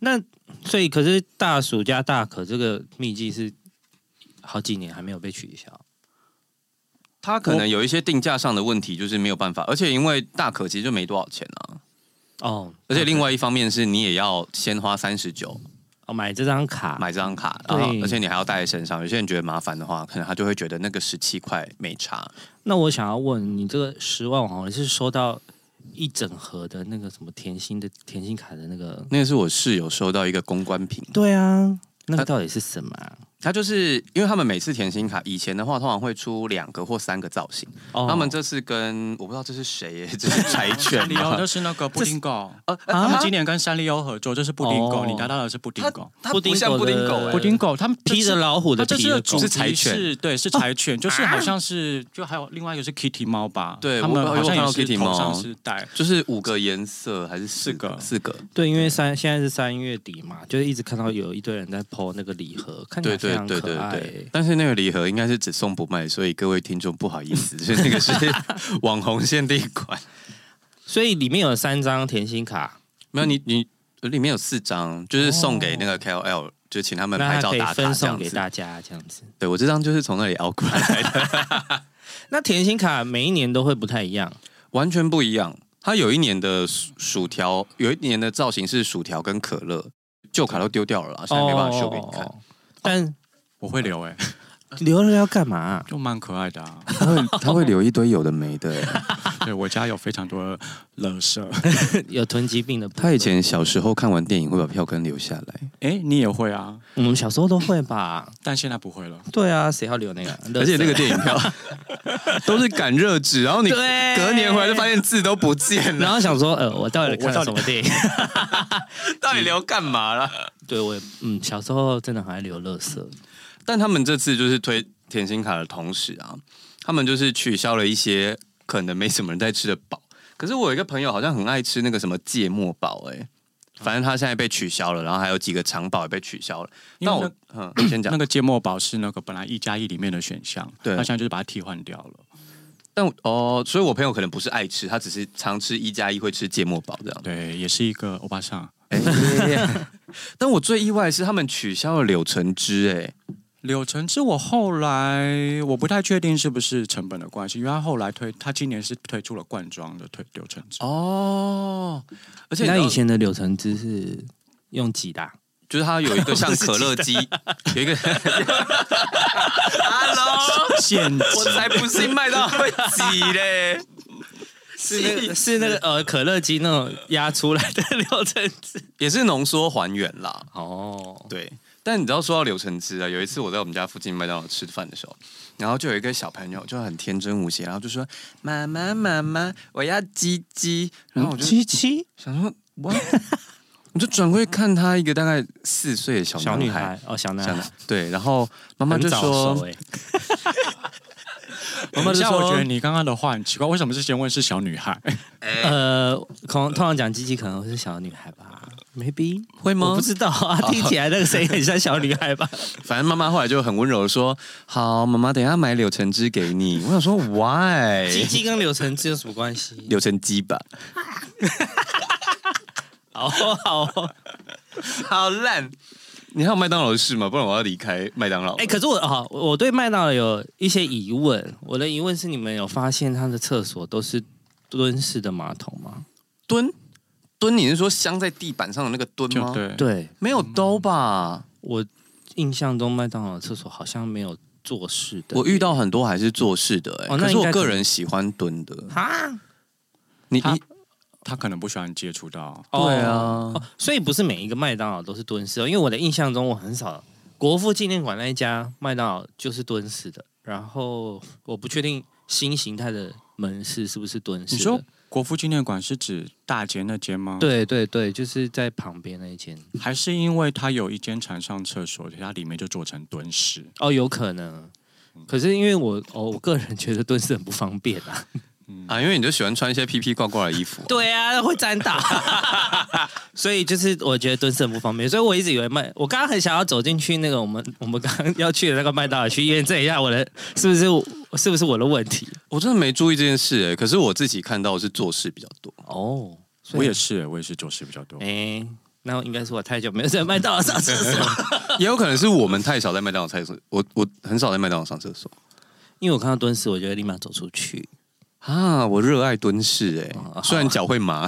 Speaker 1: 那所以，可是大暑加大可这个秘籍是好几年还没有被取消。
Speaker 3: 它可能有一些定价上的问题，就是没有办法，而且因为大可其实就没多少钱啊，
Speaker 1: 哦，
Speaker 3: 而且另外一方面是你也要先花三十九
Speaker 1: 哦买这张卡，
Speaker 3: 买这张卡，然后
Speaker 1: 对
Speaker 3: 而且你还要带在身上，有些人觉得麻烦的话，可能他就会觉得那个十七块没差。
Speaker 1: 那我想要问你，这个十万网红是收到一整盒的那个什么甜心的甜心卡的那个？
Speaker 3: 那个是我室友收到一个公关品，
Speaker 1: 对啊，那个
Speaker 3: 他
Speaker 1: 到底是什么啊、
Speaker 3: 它就是因为他们每次甜心卡以前的话，通常会出两个或三个造型。
Speaker 1: 哦
Speaker 3: 他们这次跟我不知道这是谁耶， 这是柴犬
Speaker 2: 山里欧
Speaker 3: 吗
Speaker 2: 那？是那个布丁狗，
Speaker 3: 呃
Speaker 2: 他们
Speaker 1: 啊
Speaker 2: 今年跟山里欧合作，这是布丁狗，
Speaker 1: 哦
Speaker 2: 你拿到的是布丁狗，
Speaker 3: 它
Speaker 1: 布
Speaker 3: 不
Speaker 1: 丁狗哎
Speaker 3: 像布丁
Speaker 1: 的
Speaker 3: 狗耶，
Speaker 2: 布丁狗，他们这
Speaker 1: 披
Speaker 2: 次
Speaker 1: 着老虎
Speaker 2: 它
Speaker 1: 的
Speaker 2: 这
Speaker 1: 皮
Speaker 2: 次
Speaker 1: 的
Speaker 2: 的
Speaker 1: 狗
Speaker 2: 主
Speaker 3: 是
Speaker 2: 题
Speaker 3: 柴犬
Speaker 2: 是啊对，是柴犬，就是好像是就还有另外一个是 Kitty 猫吧，
Speaker 3: 对
Speaker 2: 他
Speaker 3: 我
Speaker 2: 们
Speaker 3: 有
Speaker 2: 好像
Speaker 3: 看到
Speaker 2: 也是
Speaker 3: Kitty
Speaker 2: 头
Speaker 3: 猫
Speaker 2: 上是戴，
Speaker 3: 就是五个颜色还是四个？
Speaker 2: 四
Speaker 3: 四个。
Speaker 1: 对，因为三现在是三月底嘛，就是一直看到有一堆人在剖那个礼盒，看起
Speaker 3: 对
Speaker 1: 来非
Speaker 3: 对
Speaker 1: 常
Speaker 3: 对对
Speaker 1: 可爱、
Speaker 3: 对，但是那个礼盒应该是只送不卖，所以各位听众不好意思， 就是那个是网红限定款。
Speaker 1: 所以里面有三张甜心卡，
Speaker 3: 没有你你呃里面有四张，就是送给那个 KOL，、就请他们
Speaker 1: 哦那
Speaker 3: 拍
Speaker 1: 它
Speaker 3: 照
Speaker 1: 可以
Speaker 3: 打卡
Speaker 1: 分
Speaker 3: 这
Speaker 1: 送
Speaker 3: 样
Speaker 1: 给
Speaker 3: 子。
Speaker 1: 大家这样子。
Speaker 3: 对我这张就是从那里熬过来的，
Speaker 1: 那甜心卡每一年都会不太一样，
Speaker 3: 完全不一样。它有一年的薯薯条，有一年的造型是薯条跟可乐，旧卡都丢掉了啦，现在没办法秀给你看。
Speaker 1: 哦但
Speaker 2: 我会留哎、
Speaker 1: 留了要干嘛、
Speaker 2: 就蛮可爱的啊。
Speaker 3: 他会他会留一堆有的没的、 欸
Speaker 2: 对我家有非常多乐色，
Speaker 1: 有囤积病的朋友，
Speaker 3: 他以前小时候看完电影会把票根留下来，
Speaker 2: 哎、你也会啊，
Speaker 1: 我们小时候都会吧？
Speaker 2: 但现在不会了。
Speaker 1: 对啊，谁要留那个？
Speaker 3: 而且那个电影 票都是赶热纸，然后你
Speaker 1: 对
Speaker 3: 隔年回来就发现字都不见了，
Speaker 1: 然后想说，呃，我到底看
Speaker 2: 我
Speaker 1: 了
Speaker 2: 我
Speaker 1: 什
Speaker 2: 到
Speaker 1: 么电影？
Speaker 3: 到底留干嘛啦？
Speaker 1: 对我也，嗯，小时候真的很爱留垃圾。
Speaker 3: 但他们这次就是推甜心卡的同时啊，他们就是取消了一些可能没什么人在吃的堡。可是我有一个朋友好像很爱吃那个什么芥末堡、哎，反正他现在被取消了，然后还有几个肠堡也被取消了。
Speaker 2: 因
Speaker 3: 但
Speaker 2: 为
Speaker 3: 我嗯，你先 讲
Speaker 2: 那，个芥末堡是那个本来一加一里面的选项，
Speaker 3: 对
Speaker 2: 他现在就是把它替换掉了。
Speaker 3: 但我哦，所以我朋友可能不是爱吃，他只是常吃一加一会吃芥末堡这样。
Speaker 2: 对，也是一个欧巴桑。
Speaker 3: 哎 但我最意外的是他们取消了柳橙汁、哎，
Speaker 2: 柳橙汁，我后来我不太确定是不是成本的关系，因为他后来推，他今年是推出了罐装的推柳橙汁，
Speaker 3: 哦，而且
Speaker 1: 那以
Speaker 3: 以前
Speaker 1: 前的柳橙汁是用几的啊、
Speaker 3: 就是它有一 个像可乐鸡，有一个，Hello，
Speaker 2: 现
Speaker 3: 我才不信麦当劳会挤嘞，
Speaker 1: 是那个是那个呃可乐鸡那种压出来的 柳橙汁。
Speaker 3: 也是浓缩还原啦。
Speaker 1: 哦，
Speaker 3: 对，但你知道说到柳橙汁啊，有一次我在我们家附近麦当劳吃饭的时候，然后就有一个小朋友就很天真无邪，然后就说：“妈妈，妈妈，我要鸡鸡。”然后我就
Speaker 1: 七七
Speaker 3: 想说，我我就转过去看他一个大概四岁的小
Speaker 1: 小
Speaker 3: 男
Speaker 1: 女孩哦，小男
Speaker 3: 小
Speaker 1: 孩
Speaker 3: 男，对，然后妈妈就说，
Speaker 1: 哎，
Speaker 2: 我
Speaker 3: 妈就
Speaker 2: 下，我
Speaker 3: 说
Speaker 2: 觉得你刚刚的话很奇怪，为什么是先问是小女孩？
Speaker 1: 呃，通通常讲鸡鸡可能是小女孩吧，maybe
Speaker 3: 会吗
Speaker 1: 我不知道啊， 听起来那个声音很像小女孩 吧？
Speaker 3: 反正妈妈后来就很温柔的说：“好，妈妈，等一下买柳橙汁给你。”我想说
Speaker 1: 鸡
Speaker 3: ，why？
Speaker 1: 鸡跟柳橙汁有什么关系？
Speaker 3: 柳橙鸡吧，
Speaker 1: 好 哦好哦，
Speaker 3: 好烂！你还有麦当劳的事吗？不然我要离开麦当劳了。
Speaker 1: 哎，可是我啊，我我对麦当劳有一些疑问，我的疑问是，你们有发现它的厕所都是蹲式的马桶吗？
Speaker 3: 蹲蹲，你是说镶在地板上的那个蹲
Speaker 2: 就
Speaker 3: 吗？，
Speaker 2: 对，
Speaker 1: 对
Speaker 3: 没有兜吧？
Speaker 1: 我印象中麦当劳的厕所好像没有坐式的，
Speaker 3: 我遇到很多还是坐式的、哎、
Speaker 1: 哦那
Speaker 3: 可是
Speaker 1: 应
Speaker 3: 我
Speaker 1: 该
Speaker 3: 个
Speaker 1: 可能
Speaker 3: 人喜欢蹲的。
Speaker 1: 啊，
Speaker 3: 你
Speaker 2: 他
Speaker 3: 你
Speaker 2: 他可能不喜欢接触到。
Speaker 3: 对啊
Speaker 1: 哦，所以不是每一个麦当劳都是蹲式哦，因为我的印象中我很少国父纪念馆那一家麦当劳就是蹲式的，然后我不确定新形态的门市是不是蹲式的。
Speaker 2: 你说国父纪念馆是指大街那间吗？，
Speaker 1: 对对对，就是在旁边那一间
Speaker 2: 还是因为它有一间禅上厕所，它里面就做成蹲式。
Speaker 1: 哦，有可能。可是因为我哦，我个人觉得蹲式很不方便啊。
Speaker 3: 啊，因为你就喜欢穿一些屁屁挂挂的衣服、啊。
Speaker 1: 对啊，会沾 到。所以就是我觉得蹲式很不方便，所以我一直以为麦，我刚刚很想要走进去那个我们我们刚刚要去的那个麦当劳去验证一下我的是不是我是不是我的问题
Speaker 3: 我真的没注意这件事哎、可是我自己看到的是做事比较多。
Speaker 1: 哦。所以
Speaker 2: 我也是，欸我也是做事比较多
Speaker 1: 哎、。那应该是我太久没有在麦当劳上厕所，
Speaker 3: 也有可能是我们太少在麦当劳上厕所，我我很少在麦当劳上厕所
Speaker 1: 因为我看到蹲式，我就会立马走出去。
Speaker 3: 啊，我热爱蹲式哎、虽然脚会麻，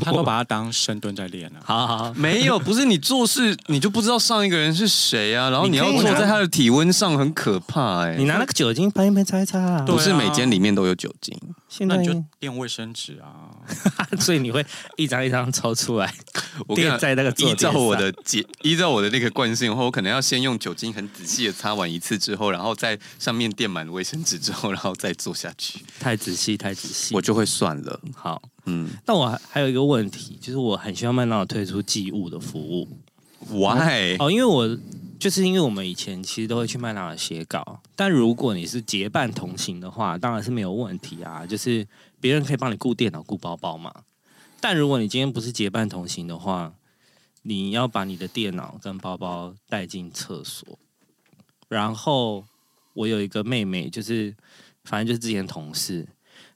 Speaker 2: 他都把它当深蹲在练啊。
Speaker 1: 好好好，
Speaker 3: 没有，不是你做事你就不知道上一个人是谁啊，然后你
Speaker 1: 你可
Speaker 3: 要
Speaker 1: 以
Speaker 3: 坐
Speaker 1: 拿
Speaker 3: 在他的体温上，很可怕哎、
Speaker 1: 你拿那个酒精喷一喷擦一擦啊。
Speaker 2: 对
Speaker 3: 不是每间里面都有酒精，
Speaker 1: 现
Speaker 2: 那
Speaker 1: 在
Speaker 2: 你就垫卫生纸啊，
Speaker 1: 所以你会一张一张抽出来，
Speaker 3: 我跟你
Speaker 1: 垫啊在那个坐
Speaker 3: 依
Speaker 1: 垫
Speaker 3: 照
Speaker 1: 上
Speaker 3: 我的解，依照我的那个惯性的话，我可能要先用酒精很仔细的擦完一次之后，然后在上面垫满卫生纸之后，然后再坐下去，
Speaker 1: 太仔细太仔细。
Speaker 3: 我就会算了。
Speaker 1: 好，
Speaker 3: 嗯
Speaker 1: 那我还还有一个问题，就是我很希望麦当劳推出寄物的服务
Speaker 3: ，Why？
Speaker 1: 哦，因为我就是因为我们以前其实都会去麦当劳写稿，但如果你是结伴同行的话，当然是没有问题啊，就是别人可以帮你顾电脑、顾包包嘛。但如果你今天不是结伴同行的话，你要把你的电脑跟包包带进厕所。然后我有一个妹妹，就是反正就是之前同事，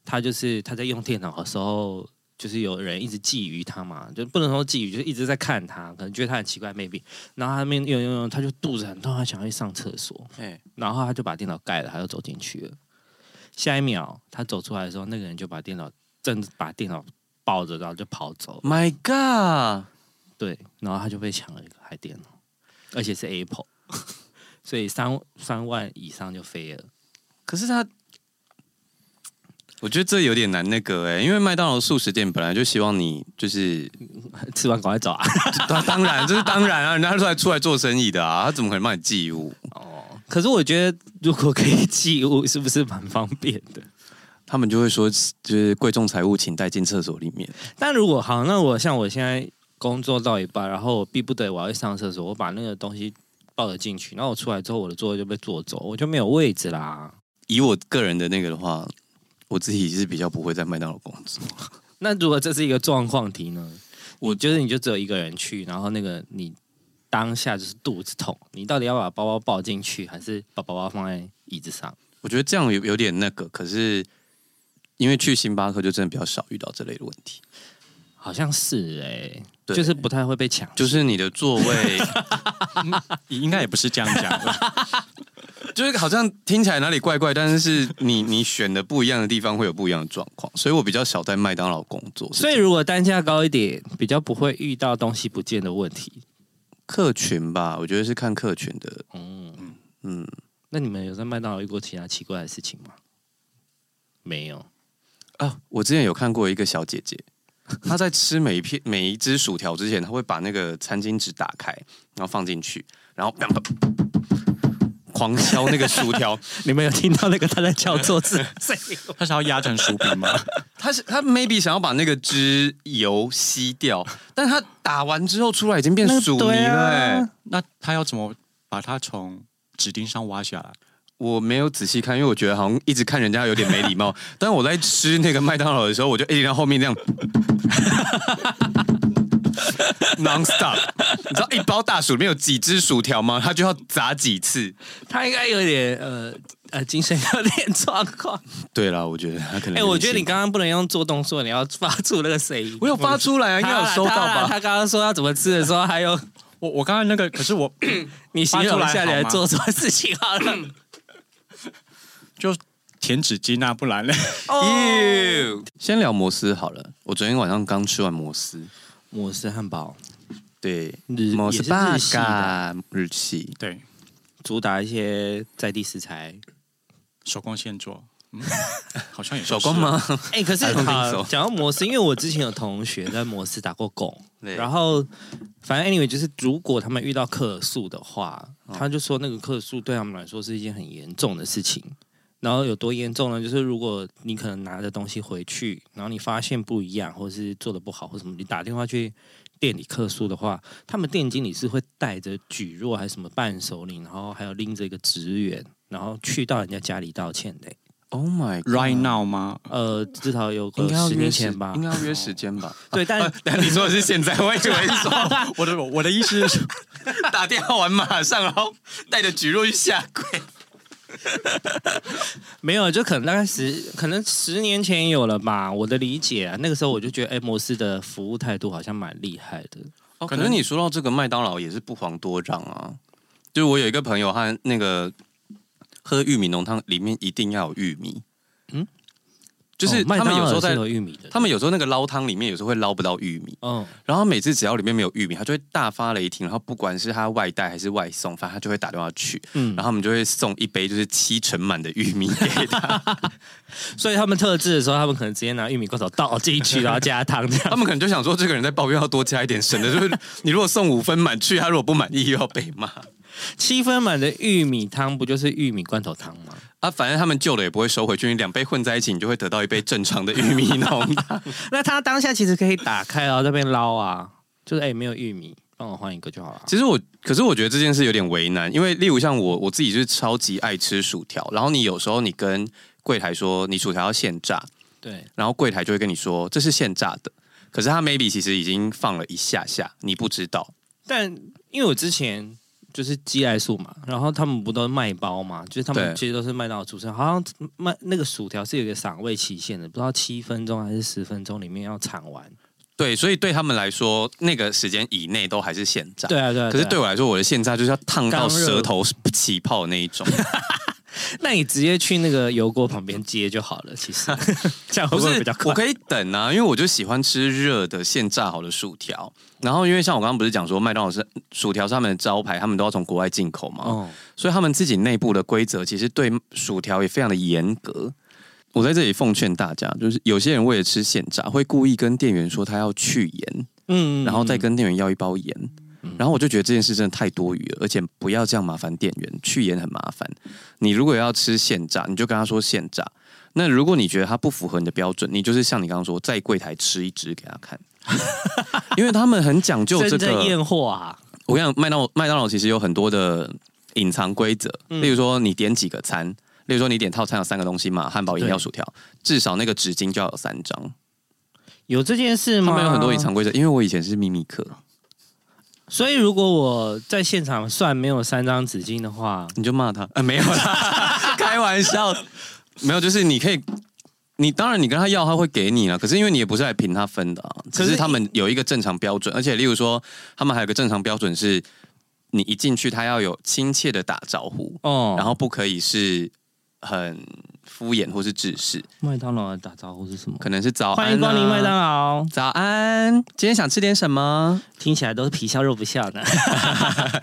Speaker 1: 她就是她在用电脑的时候，就是有人一直觊觎她嘛，就不能说觊觎，就是一直在看她，可能觉得她很奇怪，maybe。然后她那边用用用，她就肚子很痛，她想要去上厕所，
Speaker 3: 哎
Speaker 1: 然后她就把电脑盖了，她就走进去了。下一秒，她走出来的时候，那个人就把电脑正把电脑抱着，然后就跑走。
Speaker 3: ，My God！
Speaker 1: 对，然后他就被抢了一台电脑，而且是 Apple，所以三三万以上就飞了。
Speaker 3: 可是他，我觉得这有点难那个哎、因为麦当劳素食店本来就希望你就是，
Speaker 1: 吃完赶快走啊！
Speaker 3: 当当然这是当然啊，人家出来出来做生意的啊，他怎么可能帮你寄物？
Speaker 1: 哦，可是我觉得如果可以寄物，是不是蛮方便的？
Speaker 3: 他们就会说，就是贵重财物请带进厕所里面。
Speaker 1: 但如果好，那我像我现在工作到一半，然后我逼不得我要去上厕所，我把那个东西抱了进去，然后我出来之后，我的座位就被坐走，我就没有位置啦。
Speaker 3: 以我个人的那个的话，我自己是比较不会在麦当劳工作。
Speaker 1: 那如果这是一个状况题呢？我觉得你就只有一个人去，然后那个你当下就是肚子痛，你到底要把包包抱进去，还是把包包放在椅子上？
Speaker 3: 我觉得这样有有点那个，可是因为去星巴克就真的比较少遇到这类的问题，
Speaker 1: 好像是哎、
Speaker 3: 对
Speaker 1: 就是不太会被抢。
Speaker 3: 就是你的座位，
Speaker 2: 应该也不是这样讲的。
Speaker 3: 就是好像听起来哪里怪怪，但是你你选的不一样的地方会有不一样的状况，所以我比较少在麦当劳工作，
Speaker 1: 所以如果单价高一点，比较不会遇到东西不见的问题。
Speaker 3: 客群吧，我觉得是看客群的，
Speaker 1: 嗯，
Speaker 3: 嗯，
Speaker 1: 那你们有在麦当劳遇过其他奇怪的事情吗？没有，
Speaker 3: 啊，我之前有看过一个小姐姐，她在吃每一片每一只薯条之前，她会把那个餐巾纸打开，然后放进去，然后砰砰狂削那个薯条。
Speaker 1: 你们有听到那个他在叫做 是谁？
Speaker 2: 他是要压成薯饼吗？
Speaker 3: 她是她 maybe 想要把那个汁油吸掉，但她打完之后出来已经变薯泥
Speaker 1: 对
Speaker 3: 了、欸。
Speaker 1: 啊
Speaker 2: 那他要怎么把它从指钉上挖下来？
Speaker 3: 我没有仔细看，因为我觉得好像一直看人家有点没礼 貌。但我在吃那个麦当劳的时候，我就一直到后面这样 non stop。你知道一包大薯里面有几只薯条吗？它就要砸几次。
Speaker 1: 他应该有点呃呃精神有点状况。
Speaker 3: 对啦，我觉得他可能有
Speaker 1: 哎、
Speaker 3: 点
Speaker 1: 我觉得你
Speaker 3: 辛苦
Speaker 1: 刚刚不能用做动作，你要发出那个声音。
Speaker 3: 我有发出来啊，应
Speaker 1: 他
Speaker 3: 该有
Speaker 1: 啦
Speaker 3: 收到
Speaker 1: 他啦
Speaker 3: 吧？
Speaker 1: 他刚刚说要怎么吃的时候，还有
Speaker 2: 我我刚才那个，可是 我
Speaker 1: 你形容一
Speaker 2: 发出
Speaker 1: 下
Speaker 2: 来
Speaker 1: 你还
Speaker 2: 好吗
Speaker 1: 做什么事情好 了。
Speaker 2: 就舔纸巾啊，不然嘞。
Speaker 1: 哦，
Speaker 3: 先聊摩斯好了，我昨天晚上刚吃完摩斯，
Speaker 1: 摩斯汉堡
Speaker 3: 对，
Speaker 1: 日
Speaker 3: 摩斯
Speaker 1: 也是
Speaker 3: 巴
Speaker 1: 日系的，
Speaker 3: 嘎日系，
Speaker 2: 对，
Speaker 1: 主打一些在地食材。
Speaker 2: 手工现做， 嗯，好像也
Speaker 3: 手
Speaker 2: 就是
Speaker 3: 工？吗？
Speaker 1: 哎、可是
Speaker 3: I don't think
Speaker 1: 好
Speaker 3: so
Speaker 1: 讲到摩斯，因为我之前有同学在摩斯打过工，
Speaker 3: 对
Speaker 1: 然后反正 anyway 就是，如果他们遇到客诉的话，
Speaker 3: 哦
Speaker 1: 他就说那个客诉对他们来说是一件很严重的事情。然后有多严重呢？就是如果你可能拿着东西回去，然后你发现不一样，或是做的不好，或什么，你打电话去店里客诉的话，他们店经理是会带着举弱还是什么伴手礼，然后还有拎着一个职员，然后去到人家家里道歉的欸、
Speaker 3: Oh my god
Speaker 2: Right now 吗？
Speaker 1: 呃，至少有
Speaker 3: 应
Speaker 1: 个
Speaker 3: 该要
Speaker 1: 十
Speaker 3: 约
Speaker 1: 年
Speaker 3: 时
Speaker 1: 前吧，
Speaker 3: 应该要约时间吧？
Speaker 1: 对，但
Speaker 3: 但你说的是现在，我以为是说
Speaker 2: 哦我的我的意思 是，
Speaker 3: 打电话完马上，然后带着菊若去下跪。
Speaker 1: 没有，就可能大概十，可能十年前也有了吧。我的理解啊，那个时候我就觉得，哎，摩斯的服务态度好像蛮厉害的。
Speaker 3: 哦，可
Speaker 2: 可
Speaker 3: 能
Speaker 2: 能
Speaker 3: 你说到这个麦当劳也是不遑多让啊。就是我有一个朋友，他那个喝玉米浓汤里面一定要有玉米。嗯
Speaker 1: 嗯，
Speaker 3: 就是
Speaker 1: 哦麦
Speaker 3: 他们
Speaker 1: 当
Speaker 3: 有
Speaker 1: 劳
Speaker 3: 时候在
Speaker 1: 是有玉米的，
Speaker 3: 他们有时候那个捞汤里面有时候会捞不到玉米，
Speaker 1: 嗯
Speaker 3: 然后每次只要里面没有玉米，他就会大发雷霆，然后不管是他外带还是外送，反正他就会打电话去，
Speaker 1: 嗯
Speaker 3: 然，后他们就会送一杯就是七成满的玉米给他，
Speaker 1: 所以他们特制的时候，他们可能直接拿玉米罐头倒进去，然后加汤这样。
Speaker 3: 他们可能就想说这个人在抱怨要多加一点，省得就是 你如果送五分满去，他如果不满意又要被骂
Speaker 1: 七分满的玉米汤不就是玉米罐头汤吗？
Speaker 3: 啊。反正他们旧的也不会收回去，你两杯混在一起，你就会得到一杯正常的玉米浓汤。
Speaker 1: 那他当下其实可以打开，然后在那边捞啊，就是哎、没有玉米，帮我换一个就好了。
Speaker 3: 其实我，可是我觉得这件事有点为难，因为例如像我，我自己就是超级爱吃薯条，然后你有时候你跟柜台说你薯条要现炸，
Speaker 1: 对，
Speaker 3: 然后柜台就会跟你说这是现炸的， 可是他 maybe 其实已经放了一下下，你不知道。
Speaker 1: 但因为我之前就是鸡来素嘛，然后他们不都是卖包嘛，就是他们
Speaker 3: 对
Speaker 1: 其实都是麦当劳主持人，好像卖那个薯条是有一个赏味期限的，不知道七分钟还是十分钟里面要铲完。
Speaker 3: 对，所以对他们来说，那个时间以内都还是现炸。
Speaker 1: 对啊，对啊。
Speaker 3: 可是
Speaker 1: 啊
Speaker 3: 对我来说，我的现炸就是要烫到
Speaker 1: 刚热
Speaker 3: 舌头起泡的那一种，
Speaker 1: 那你直接去那个油锅旁边接就好了，其实这 样会
Speaker 3: 不
Speaker 1: 不会
Speaker 3: 是
Speaker 1: 比较快
Speaker 3: 我？可以等啊，因为我就喜欢吃热的现炸好的薯条。然后因为像我刚刚不是讲说麦当劳是薯条是他们的招牌，他们都要从国外进口嘛，
Speaker 1: 哦，
Speaker 3: 所以他们自己内部的规则其实对薯条也非常的严格。我在这里奉劝大家，就是有些人为了吃现炸，会故意跟店员说他要去盐，
Speaker 1: 嗯
Speaker 3: 然后再跟店员要一包盐。然后我就觉得这件事真的太多余了，而且不要这样麻烦店员，去盐很麻烦。你如果要吃现炸，你就跟他说现炸。那如果你觉得它不符合你的标准，你就是像你刚刚说，在柜台吃一只给 他看，因为他们很讲究这
Speaker 1: 真
Speaker 3: 个
Speaker 1: 正验货啊，
Speaker 3: 我跟你讲，麦当劳麦当劳其实有很多的隐藏规则，
Speaker 1: 嗯
Speaker 3: 例如说你点几个餐，例如说你点套餐有三个东西嘛，汉堡、饮料、
Speaker 1: 对
Speaker 3: 薯条，至少那个纸巾就要有三张。
Speaker 1: 有这件事
Speaker 3: 他
Speaker 1: 吗？哦
Speaker 3: 们有很多隐藏规则，因为我以前是秘密客，
Speaker 1: 所以如果我在现场算没有三张纸巾的话，
Speaker 3: 你就骂他，呃，没有啦， 开玩笑，没有，就是你可以。你当然，你跟他要，他会给你了。可是因为你也不是来评他分的啊，
Speaker 1: 可
Speaker 3: 只
Speaker 1: 是
Speaker 3: 是他们有一个正常标准，而且例如说，他们还有个正常标准是，你一进去，他要有亲切的打招呼，
Speaker 1: 哦，
Speaker 3: 然后不可以是很敷衍或是制式，
Speaker 1: 麦当劳的打招呼是什么？
Speaker 3: 可能是早安、啊
Speaker 1: 欢迎光临麦当。劳，
Speaker 3: 早安，今天想吃点什么？
Speaker 1: 听起来都是皮笑肉不笑的。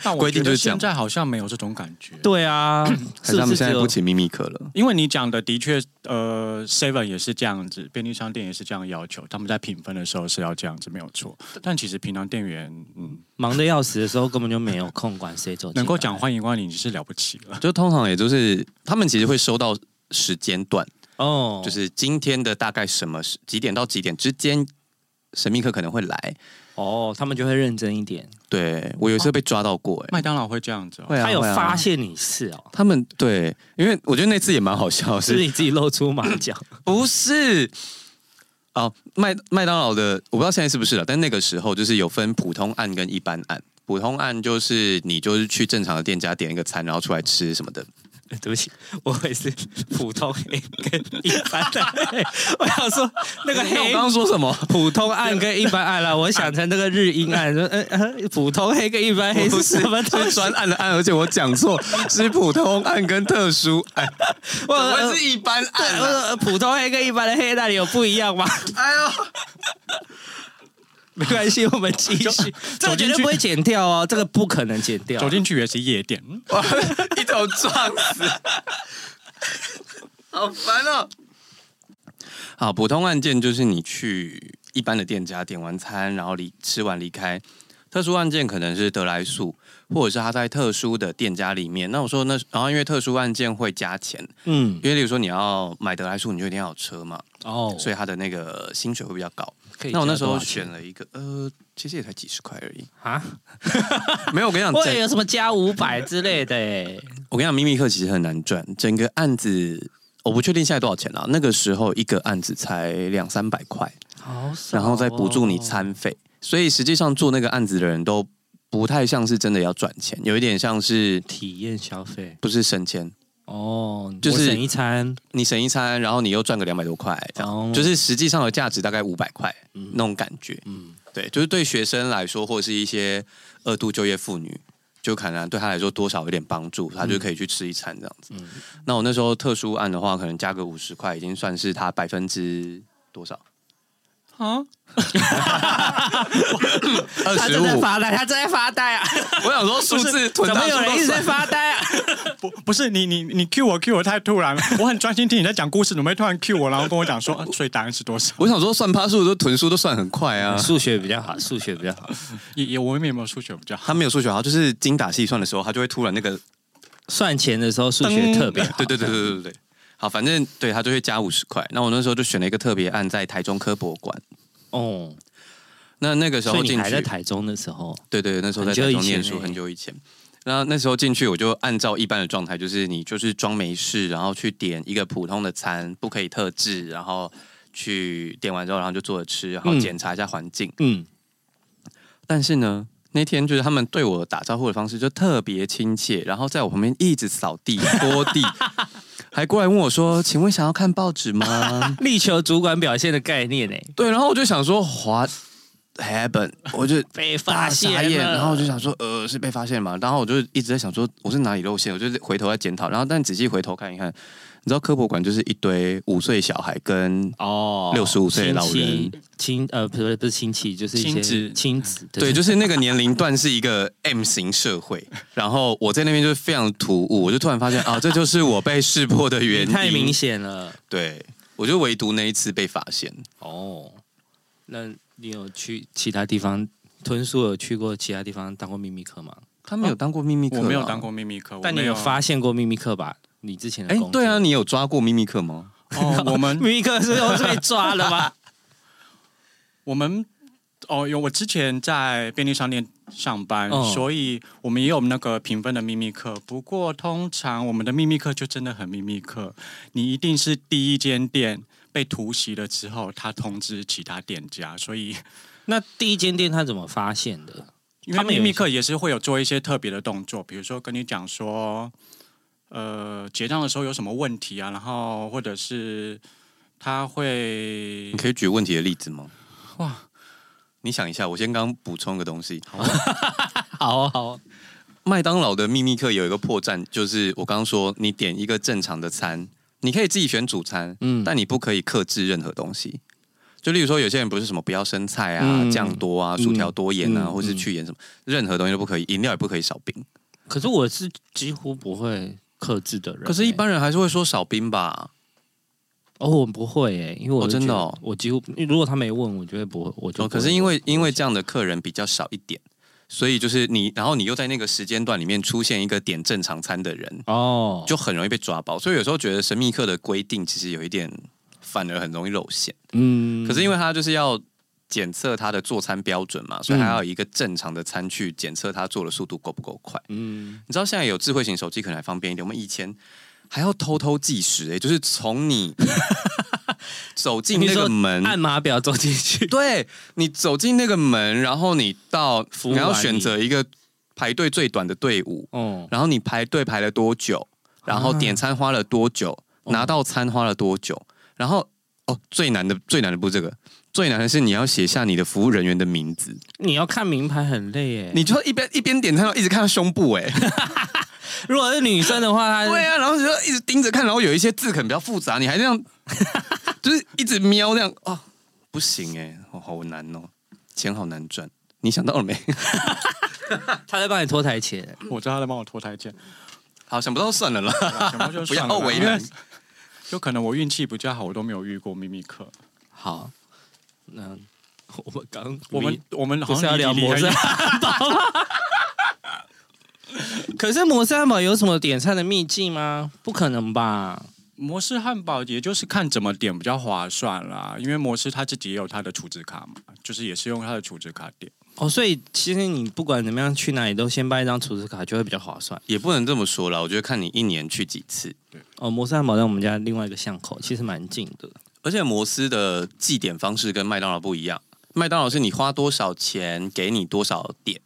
Speaker 2: 但我
Speaker 3: 规
Speaker 2: 觉
Speaker 3: 定就
Speaker 2: 得
Speaker 3: 是这样
Speaker 2: 现在好像没有这种感觉，
Speaker 1: 对 啊，是
Speaker 3: 可是他
Speaker 1: 不是只
Speaker 3: 们现在
Speaker 1: 有
Speaker 3: 不？请秘密课了。
Speaker 2: 因为你讲的的确，呃，Seven 也是这样子，便利商店也是这样要求，他们在评分的时候是要这样子，没有错。但其实平常店员，嗯，
Speaker 1: 忙得要死的时候，根本就没有空管谁走进来。
Speaker 2: 能够讲欢迎光临是了不起了。
Speaker 3: 就通常也就是他们其实会收到时间段，
Speaker 1: 哦，
Speaker 3: 就是今天的大概什么时几点到几点之间，神秘客可能会来。
Speaker 1: 哦，他们就会认真一点。
Speaker 3: 对我有一次被抓到过、欸，
Speaker 2: 麦当劳会这样子、哦，
Speaker 3: 会啊
Speaker 1: 他有
Speaker 3: 会啊
Speaker 1: 发现你是哦，
Speaker 3: 他们对，因为我觉得那次也蛮好笑的
Speaker 1: 是你自己露出马脚。
Speaker 3: 不是。 哦，麦麦当劳的我不知道现在是不是了，但那个时候就是有分普通案跟一般案。普通案就是你就是去正常的店家点一个餐，然后出来吃什么的。
Speaker 1: 对不起，我也是普通黑跟一般 的黑。我想说那个
Speaker 3: 那我
Speaker 1: 黑
Speaker 3: 刚刚说什么？
Speaker 1: 普通暗跟一般暗啦，我想成那个日阴 暗，说嗯嗯，普通黑跟一般黑
Speaker 3: 不
Speaker 1: 是什么东
Speaker 3: 是
Speaker 1: 西？
Speaker 3: 专案的案，而且我讲错，是普通案跟特殊案，
Speaker 1: 我
Speaker 3: 怎
Speaker 1: 呃
Speaker 3: 么是一般
Speaker 1: 对
Speaker 3: 案
Speaker 1: 我
Speaker 3: 啊？
Speaker 1: 说呃普通黑跟一般的黑那里有不一样吗？
Speaker 3: 哎呦，
Speaker 1: 没关系，我们继续。这个绝对不会剪掉哦，这个不可能剪掉
Speaker 2: 走。进去也是夜店，嗯
Speaker 3: 我 一头撞 死，好烦哦。好，普通案件就是你去一般的店家点完餐，然后离吃完离开。特殊案件可能是得来速，或者是他在特殊的店家里面。那我说那，然后因为特殊案件会加钱，
Speaker 1: 嗯，
Speaker 3: 因为例如说你要买得来速，你就一定要有车嘛，
Speaker 1: 哦，
Speaker 3: 所以他的那个薪水会比较高。
Speaker 1: 可以
Speaker 3: 那我那时
Speaker 1: 加
Speaker 3: 候
Speaker 1: 多少钱
Speaker 3: 选了一个，呃，其实也才几十块而已。
Speaker 1: 啊，
Speaker 3: 没有，我跟你 讲，
Speaker 1: 我
Speaker 3: 整
Speaker 1: 以为啊有什么加五百之类的欸，
Speaker 3: 我跟你讲，秘密课其实很难赚，整个案子我不确定现在多少钱啦。那个时候一个案子才两三百块，
Speaker 1: 好少哦
Speaker 3: 然后再补助你。餐费，所以实际上做那个案子的人都不太像是真的要赚钱，有一点像是
Speaker 1: 体验消费
Speaker 3: 不是省钱，
Speaker 1: 哦，
Speaker 3: 就是
Speaker 1: 我省一餐，
Speaker 3: 你省一餐，然后你又赚个两百多块，这样、
Speaker 1: 哦
Speaker 3: 就是实际上的价值大概五百块、那种感觉。
Speaker 1: 嗯，
Speaker 3: 对，就是对学生来说，或者是一些二度就业妇女。就可能对他来说多少有点帮助，他就可以去吃一餐这样子。
Speaker 1: 嗯
Speaker 3: 那我那时候特殊案的话，可能加个五十块，已经算是他百分之多少？
Speaker 1: 哦
Speaker 3: 二
Speaker 2: 啊，
Speaker 1: 他
Speaker 3: 十
Speaker 1: 正在
Speaker 3: 五。
Speaker 1: 发呆，他正在发呆啊！
Speaker 3: 我想说数 字
Speaker 1: 怎
Speaker 3: 囤到
Speaker 1: 么有人一直在
Speaker 3: 算
Speaker 1: 发呆啊？
Speaker 2: 不不是你你你 Q 我 Q 我太突然了，我很专心听你在讲故事，怎么会突然 Q 我，然后跟我讲说，啊所以答案是多少？
Speaker 3: 我想说算趴数都囤数都算很快啊。
Speaker 1: 数学比较好，数学比较好，
Speaker 2: 也也我也没有数学比较好，
Speaker 3: 他没有数学好，就是精打细算的时候，他就会突然那个
Speaker 1: 算钱的时候数学特别好。
Speaker 3: 对对对对对对。好，反正对他就会加五十块。那我那时候就选了一个特别案，在台中科博馆。
Speaker 1: 哦，
Speaker 3: 那那个时
Speaker 1: 所以
Speaker 3: 候
Speaker 1: 你
Speaker 3: 进
Speaker 1: 还
Speaker 3: 去，
Speaker 1: 在台中的时候，
Speaker 3: 对对，那时候在台中念书，
Speaker 1: 欸
Speaker 3: 很久以前。那那时候进去，我就按照一般的状态，就是你就是装没事，然后去点一个普通的餐，不可以特制，然后去点完之后，然后就坐着吃，然后
Speaker 1: 嗯
Speaker 3: 检查一下环境。
Speaker 1: 嗯，
Speaker 3: 但是呢，那天就是他们对我打招呼的方式就特别亲切，然后在我旁边一直扫地、拖地， 还过来问我说：“请问想要看报纸吗
Speaker 1: 力求主管表现的概念呢、？”
Speaker 3: 对，然后我就想说，What happened？我就
Speaker 1: 被发
Speaker 3: 大
Speaker 1: 现
Speaker 3: 傻
Speaker 1: 了，
Speaker 3: 眼，然后我就想说，呃，是被发现嘛？然后我就一直在想说，我是哪里露馅？我就回头在检讨，然后但仔细回头看一看，你知道科博馆就是一堆五岁小孩跟
Speaker 1: 哦
Speaker 3: 六十五岁的老人
Speaker 1: 亲戚亲呃不是不是亲戚，就是一些
Speaker 2: 亲子
Speaker 1: 亲子
Speaker 3: 对，就是那个年龄段是一个 M 型社会，然后我在那边就是非常突兀，我就突然发现啊，这就是我被识破的原因。
Speaker 1: 太明，显了
Speaker 3: 对我就唯独那一次被发现。
Speaker 1: 哦。那你有去其他地方？豚叔有去过其他地方当过秘密课吗？
Speaker 3: 他们有当过秘密课、啊
Speaker 2: 我没有当。过秘密课，
Speaker 1: 但
Speaker 2: 我
Speaker 1: 你
Speaker 2: 没
Speaker 1: 有啊
Speaker 2: 有
Speaker 1: 发现过秘密课吧？你之前的
Speaker 3: 哎
Speaker 1: 工，作
Speaker 3: 对啊，你有抓过秘密课吗？
Speaker 2: 哦，我们
Speaker 1: 秘密课是都是被抓了吗？
Speaker 2: 我们哦，有我之前在便利商店上班，
Speaker 1: 嗯
Speaker 2: 所以我们也有那个评分的秘密课。不过通常我们的秘密课就真的很秘密课，你一定是第一间店被突袭了之后，他通知其他店家，所以
Speaker 1: 那第一间店他怎么发现的？
Speaker 2: 因
Speaker 1: 他
Speaker 2: 为
Speaker 1: 们有
Speaker 2: 秘密课也是会有做一些特别的动作，比如说跟你讲说，呃，结账的时候有什么问题啊，然后或者是他会
Speaker 3: 你可以举问题的例子吗？
Speaker 2: 哇，
Speaker 3: 你想一下，我先刚补充个东西。
Speaker 1: 好啊好啊，
Speaker 3: 麦当劳的秘密课有一个破绽，就是我刚刚说，你点一个正常的餐，你可以自己选主餐，
Speaker 1: 嗯
Speaker 3: 但你不可以克制任何东西。就例如说，有些人不是什么不要生菜啊、
Speaker 1: 嗯
Speaker 3: 酱多啊、
Speaker 1: 嗯
Speaker 3: 薯条多盐啊，
Speaker 1: 嗯
Speaker 3: 或是去盐什么，任何东西都不可以，饮料也不可以少冰。
Speaker 1: 可是我是几乎不会克制的人欸、
Speaker 3: 可是，一般人还是会说少冰吧？
Speaker 1: 哦，我不会诶、因为我
Speaker 3: 哦
Speaker 1: 就
Speaker 3: 真的
Speaker 1: 觉得
Speaker 3: 哦
Speaker 1: 我几乎如果他没问，我就会不会，我就
Speaker 3: 哦，
Speaker 1: 不会
Speaker 3: 可是因为因为这样的客人比较少一点，所以就是你，然后你又在那个时间段里面出现一个点正常餐的人，
Speaker 1: 哦，
Speaker 3: 就很容易被抓包。所以有时候觉得神秘客的规定其实有一点，反而很容易露馅。
Speaker 1: 嗯
Speaker 3: 可是因为他就是要检测他的做餐标准嘛，
Speaker 1: 嗯
Speaker 3: 所以他要有一个正常的餐去检测他做的速度够不够快。
Speaker 1: 嗯，
Speaker 3: 你知道现在有智慧型手机可能还方便一点，我们以前还要偷偷计时、欸，就是从你 走进那个门。
Speaker 1: 按码表走进 去，
Speaker 3: 对你走进那个门，然后你到
Speaker 1: 服务
Speaker 3: 你要
Speaker 1: 完
Speaker 3: 选
Speaker 1: 你
Speaker 3: 择一个排队最短的队伍，
Speaker 1: 哦，
Speaker 3: 然后你排队排了多久，然后点餐花了多久，拿到餐花了多久，然后哦，最难的最难的不是这个，最难的是你要写下你的服务人员的名字，
Speaker 1: 你要看名牌很累欸诶、
Speaker 3: 你就一边一边点餐，然后一直看他胸部、 哎，
Speaker 1: 如果是女生的话，她
Speaker 3: 对啊，然后你就一直盯着看，然后有一些字可能比较复杂，你还这样， 就是一直瞄这样，哦，不行、哎，哦，好难哦，钱好难赚。你想到了没？
Speaker 1: 她在帮你拖台前，
Speaker 2: 我知道他在帮我脱胎剑，
Speaker 3: 好，想不到算了啦。
Speaker 2: 全部就
Speaker 3: 不要
Speaker 2: 算了啦
Speaker 3: 为
Speaker 2: 因为
Speaker 3: 难
Speaker 2: 就可能我运气比较好，我都没有遇过秘密课。
Speaker 1: 好，那我们刚
Speaker 2: 我们我们好
Speaker 1: 不是
Speaker 2: 像
Speaker 1: 要聊
Speaker 2: 离
Speaker 1: 摩斯
Speaker 2: 离
Speaker 1: 汉堡吗？ 可是摩斯汉堡有什么点餐的秘籍吗？不可能吧？
Speaker 2: 摩斯汉堡，也就是看怎么点比较划算啦。因为摩斯他自己也有他的储值卡嘛，就是也是用他的储值卡点。
Speaker 1: 哦，所以其实你不管怎么样去哪里，都先办一张储值卡，就会比较划算。
Speaker 3: 也不能这么说啦，我觉得看你一年去几次。
Speaker 1: 哦，摩斯汉堡在我们家另外一个巷口，其实蛮近的。
Speaker 3: 而且摩斯的计点方式跟麦当劳不一样，麦当劳是你花多少钱给你多少点，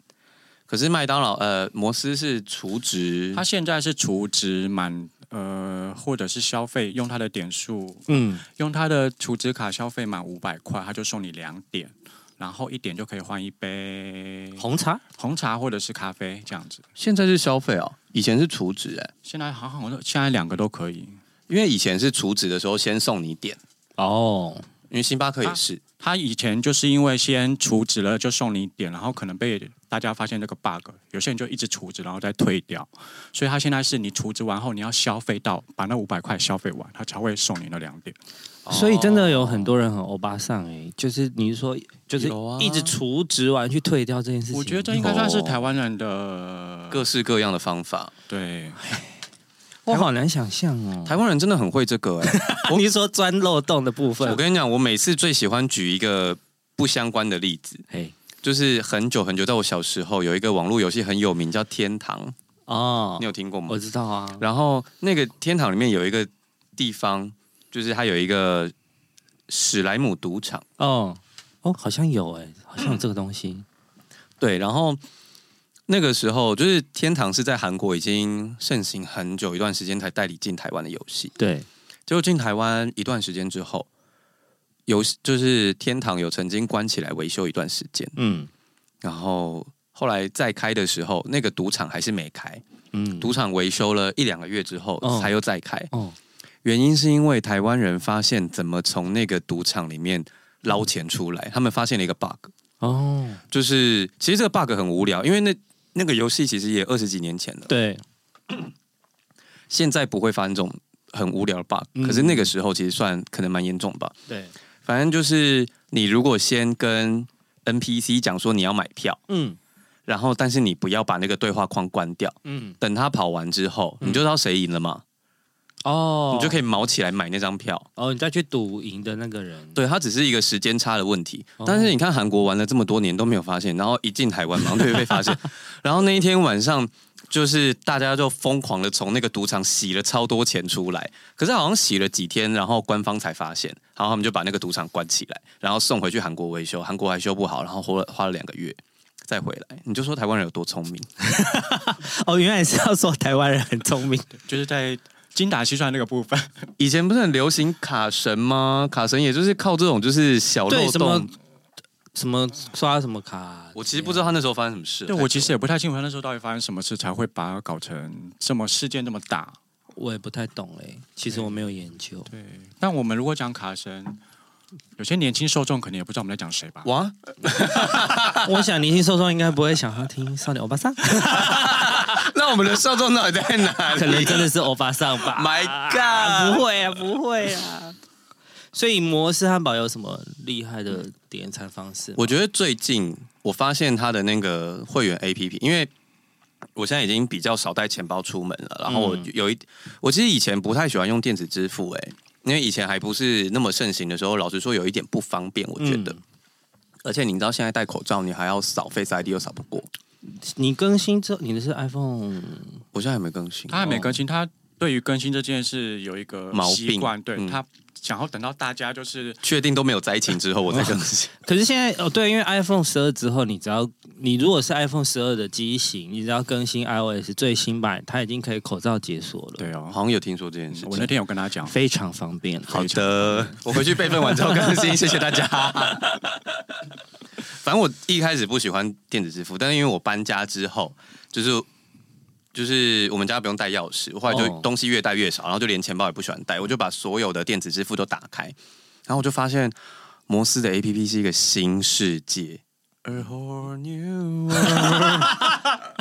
Speaker 3: 可是麦当劳呃摩斯是除值
Speaker 2: 他，现在是储值满呃，或者是消费用他的点数，
Speaker 1: 嗯，
Speaker 2: 用他的储值卡消费满五百块，他就送你两点。然后一点就可以换一杯红
Speaker 1: 嗯红茶
Speaker 2: 红茶或者是咖啡这样子。
Speaker 3: 现在是消费哦，以前是储值哎，
Speaker 2: 现在好好，现在两个都可以。
Speaker 3: 因为以前是储值的时候先送你点，
Speaker 1: 哦，
Speaker 3: 因为星巴克也是，
Speaker 2: 他以前就是因为先储值了就送你一点，然后可能被大家发现这个 bug，有些人就一直储值然后再退掉，所以他现在是你储值完后你要消费到把那五百块消费完，他才会送你那两点。
Speaker 1: 所以真的有很多人很欧巴桑哎、就是你是说就是
Speaker 3: 有啊
Speaker 1: 一直除职完去退掉这件事情，
Speaker 2: 我觉得这应该算是
Speaker 3: 哦
Speaker 2: 台湾人的
Speaker 3: 各式各样的方法。
Speaker 2: 对，
Speaker 1: 我好难想象哦。
Speaker 3: 台湾人真的很会这个哎、
Speaker 1: 你是说钻漏洞的部分
Speaker 3: 我，跟你讲，我每次最喜欢举一个不相关的例子，
Speaker 1: 哎
Speaker 3: 就是很久很久，在我小时候有一个网络游戏很有名，叫《天堂》，
Speaker 1: 哦
Speaker 3: 你，有听过吗
Speaker 1: 我？知道啊，
Speaker 3: 然后那个天堂里面有一个地方，就是它有一个史莱姆赌场。
Speaker 1: 哦哦，好像有哎、好像有这个东西，
Speaker 3: 对，然后那个时候就是天堂是在韩国已经盛行很久一段时间才代理进台湾的游戏，
Speaker 1: 对，
Speaker 3: 结果进台湾一段时间之后，游戏就是天堂有曾经关起来维修一段时间，
Speaker 1: 嗯
Speaker 3: 然后后来再开的时候，那个赌场还是没开，
Speaker 1: 嗯，
Speaker 3: 赌场维修了一两个月之后
Speaker 1: 哦
Speaker 3: 才又再开，
Speaker 1: 哦
Speaker 3: 原因是因为台湾人发现怎么从那个赌场里面捞钱出来，他们发现了一个 bug。
Speaker 1: 哦，
Speaker 3: 就是其实这个 bug 很无聊，因为那那个游戏其实也二十几年前了，
Speaker 1: 对，
Speaker 3: 现在不会发生这种很无聊的 bug，、
Speaker 1: 嗯
Speaker 3: 可是那个时候其实算可能蛮严重吧。
Speaker 1: 对，
Speaker 3: 反正就是你如果先跟 NPC 讲说你要买票，
Speaker 1: 嗯
Speaker 3: 然后但是你不要把那个对话框关掉，
Speaker 1: 嗯，
Speaker 3: 等他跑完之后，
Speaker 1: 嗯
Speaker 3: 你就知道谁赢了嘛，
Speaker 1: 哦，
Speaker 3: 你就可
Speaker 1: 以，
Speaker 3: 以毛起来买那张票。
Speaker 1: 哦，你再去赌赢的那个人，
Speaker 3: 对，它只是一个时间差的问题
Speaker 1: 哦。
Speaker 3: 但是你看韩国玩了这么多年都没有发现，然后一进台湾马上就会 被发现。然后那一天晚上，就是大家就疯狂的从那个赌场洗了超多钱出来，可是好像洗了几天，然后官方才发现，然后他们就把那个赌场关起来，然后送回去韩国维修，韩国还修不好，然后花了花了两个月。再回来，你就说台湾人有多聪明，
Speaker 1: 哦，原来是要说台湾人很聪明，
Speaker 2: 就是在精打细算那个部分。
Speaker 3: 以前不是很流行卡神吗？卡神也就是靠这种就是小
Speaker 1: 对
Speaker 3: 漏
Speaker 1: 什么
Speaker 3: 洞。
Speaker 1: 什么刷什么卡，
Speaker 3: 我其实不知道他那时候发生什么事了。
Speaker 2: 对
Speaker 3: 太久
Speaker 2: 我其
Speaker 3: 了
Speaker 2: 实也不太清楚他那时候到底发生什么事才会把它搞成这么事件这么大。
Speaker 1: 我也不太懂哎、其实我没有研究。
Speaker 2: 对，但我们如果讲卡神，有些年轻受众可能也不知道我们在讲谁吧。
Speaker 3: 哇，
Speaker 1: 我想年轻受众应该不会想要听少年欧巴 桑，
Speaker 3: 那我们的受众到底在哪 里
Speaker 1: 可能真的是欧巴桑吧。
Speaker 3: My God
Speaker 1: 不 会啊，不会啊。所以摩斯汉堡有什么厉害的点餐方式吗？
Speaker 3: 我觉得最近我发现他的那个会员 APP，因为我现在已经比较少带钱包出门了，然后我
Speaker 1: 嗯
Speaker 3: 有一，我其实以前不太喜欢用电子支付、欸，因为以前还不是那么盛行的时候，老实说有一点不方便，我觉得。
Speaker 1: 嗯
Speaker 3: 而且你知道现在戴口罩，你还要扫 Face ID 又扫不过，
Speaker 1: 你更新之后，你的是 iPhone
Speaker 3: 我现在还没更新
Speaker 2: 他。还没更新，他对于更新这件事有一个
Speaker 3: 毛病
Speaker 2: 习惯，对、
Speaker 3: 嗯
Speaker 2: 他想要等到大家就是
Speaker 3: 确定都没有灾情之后，我再更 新。
Speaker 1: 可是现在哦，对，因为 iPhone 十二之后，你只要你如果是 iPhone 十二的机型，你只要更新 iOS 最新版，它已经可以口罩解锁了，
Speaker 2: 对哦。
Speaker 3: 好像有听说这件事
Speaker 2: 我那
Speaker 3: 情。
Speaker 2: 天有跟他讲，
Speaker 1: 非常方便。
Speaker 3: 好的， 我回去备份完之后更新，谢谢大家。 反正我一开始不喜欢电子支付，但是因为我搬家之后，就是就是我们家不用带钥匙，我后来
Speaker 1: 哦
Speaker 3: 就东西越带越少，然后就连钱包也不喜欢带，我就把所有的电子支付都打开，然后我就发现摩斯的 A P P 是一个新世界。A whole new world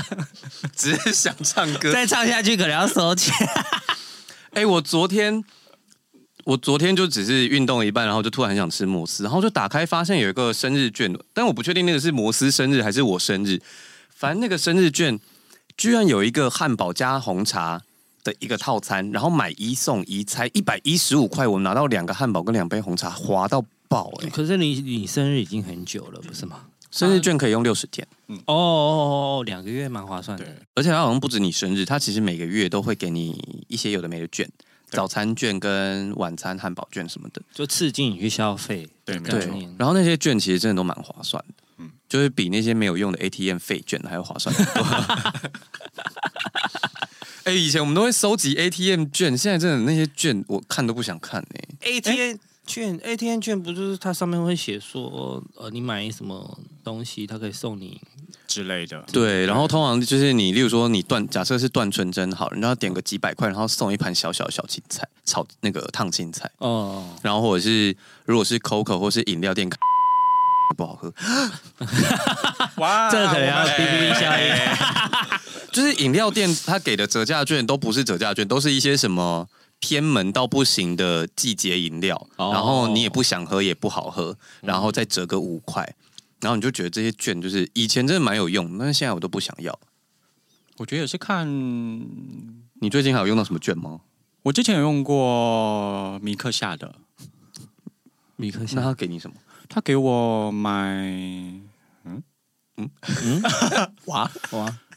Speaker 3: 只是想唱歌，
Speaker 1: 再唱下去可能要收钱。
Speaker 3: 哎、我昨天我昨天就只是运动一半，然后就突然很想吃摩斯，然后就打开发现有一个生日券，但我不确定那个是摩斯生日还是我生日，反正那个生日券居然有一个汉堡加红茶。的一个套餐，然后买一送一，才一百一十五块，我拿到两个汉堡跟两杯红茶，划到爆哎、
Speaker 1: 可是你你生日已经很久了，不是吗？
Speaker 3: 生日券可以用六十天，
Speaker 1: 哦哦哦，两个月蛮划算的。
Speaker 2: 对，
Speaker 3: 而且它好像不止你生日，它其实每个月都会给你一些有的没的券，
Speaker 2: 对
Speaker 3: 早餐券跟晚餐汉堡券什么的。
Speaker 1: 就刺激你去消费。
Speaker 2: 对没
Speaker 1: 概
Speaker 3: 对
Speaker 2: 错，
Speaker 1: 念，
Speaker 3: 然后那些券其实真的都蛮划算的，
Speaker 2: 嗯
Speaker 3: 就是比那些没有用的 ATM 废券还要划算很多。哎、以前我们都会收集 ATM 券，现在真的那些券我看都不想看哎、
Speaker 1: ATM 券 ATM 券不就是它上面会写说，呃，你买什么东西，它可以送你
Speaker 2: 之类 的。
Speaker 3: 对，然后通常就是你，例如说你断，假设是断纯真好了，你要点个几百块，然后送一盘小小小青菜，炒那个烫青菜，
Speaker 1: 哦，
Speaker 3: 然后或者是如果是 COCO 或是饮料店， 不好喝，
Speaker 2: 哇
Speaker 1: 这个可能 要哔哔哔效应。
Speaker 3: 就是饮料店它给的折价券都不是折价券，都是一些什么偏门到不行的季节饮料，
Speaker 1: 哦
Speaker 3: 然后你也不想喝也不好喝，然后再折个五块，然后你就觉得这些券就是以前真的蛮有用，但是现在我都不想要。
Speaker 2: 我觉得也是看，
Speaker 3: 你最近还有用到什么券吗？
Speaker 2: 我之前有用过米克夏的，
Speaker 1: 米克
Speaker 3: 那
Speaker 1: 夏
Speaker 3: 他给你什么？
Speaker 2: 他给我买
Speaker 1: 哇，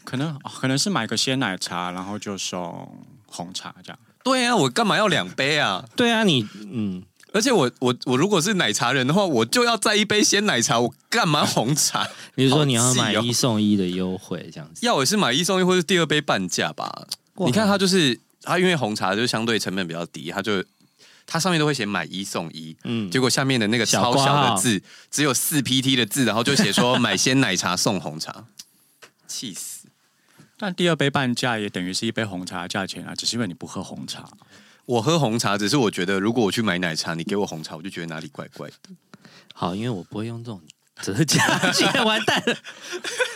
Speaker 2: 可能哦可能是买个鲜奶茶，然后就送红茶这样。
Speaker 3: 对啊，我干嘛要两杯啊？
Speaker 1: 对啊，你嗯，
Speaker 3: 而且我我我如果是奶茶人的话，我就要再一杯鲜奶茶，我干嘛红茶？
Speaker 1: 比如说你要
Speaker 3: 好气
Speaker 1: 买
Speaker 3: 哦
Speaker 1: 一送一的优惠这样子，
Speaker 3: 要我是买一送一，或是第二杯半价吧。
Speaker 1: 哇
Speaker 3: 你看它就是它，因为红茶就是相对成本比较低，它就它上面都会写买一送一，
Speaker 1: 嗯，
Speaker 3: 结果下面的那个
Speaker 1: 小
Speaker 3: 超
Speaker 1: 括
Speaker 3: 小
Speaker 1: 号
Speaker 3: 的字只有四 PT 的字，然后就写说 买鲜奶茶送红茶，气死！
Speaker 2: 但第二杯半价也等于是一杯红茶的价钱啊，只是因为你不喝红茶。
Speaker 3: 我喝红茶，只是我觉得如果我去买奶茶，你给我红茶，我就觉得哪里怪怪的。
Speaker 1: 好，因为我不会用这种折价 券，完蛋了、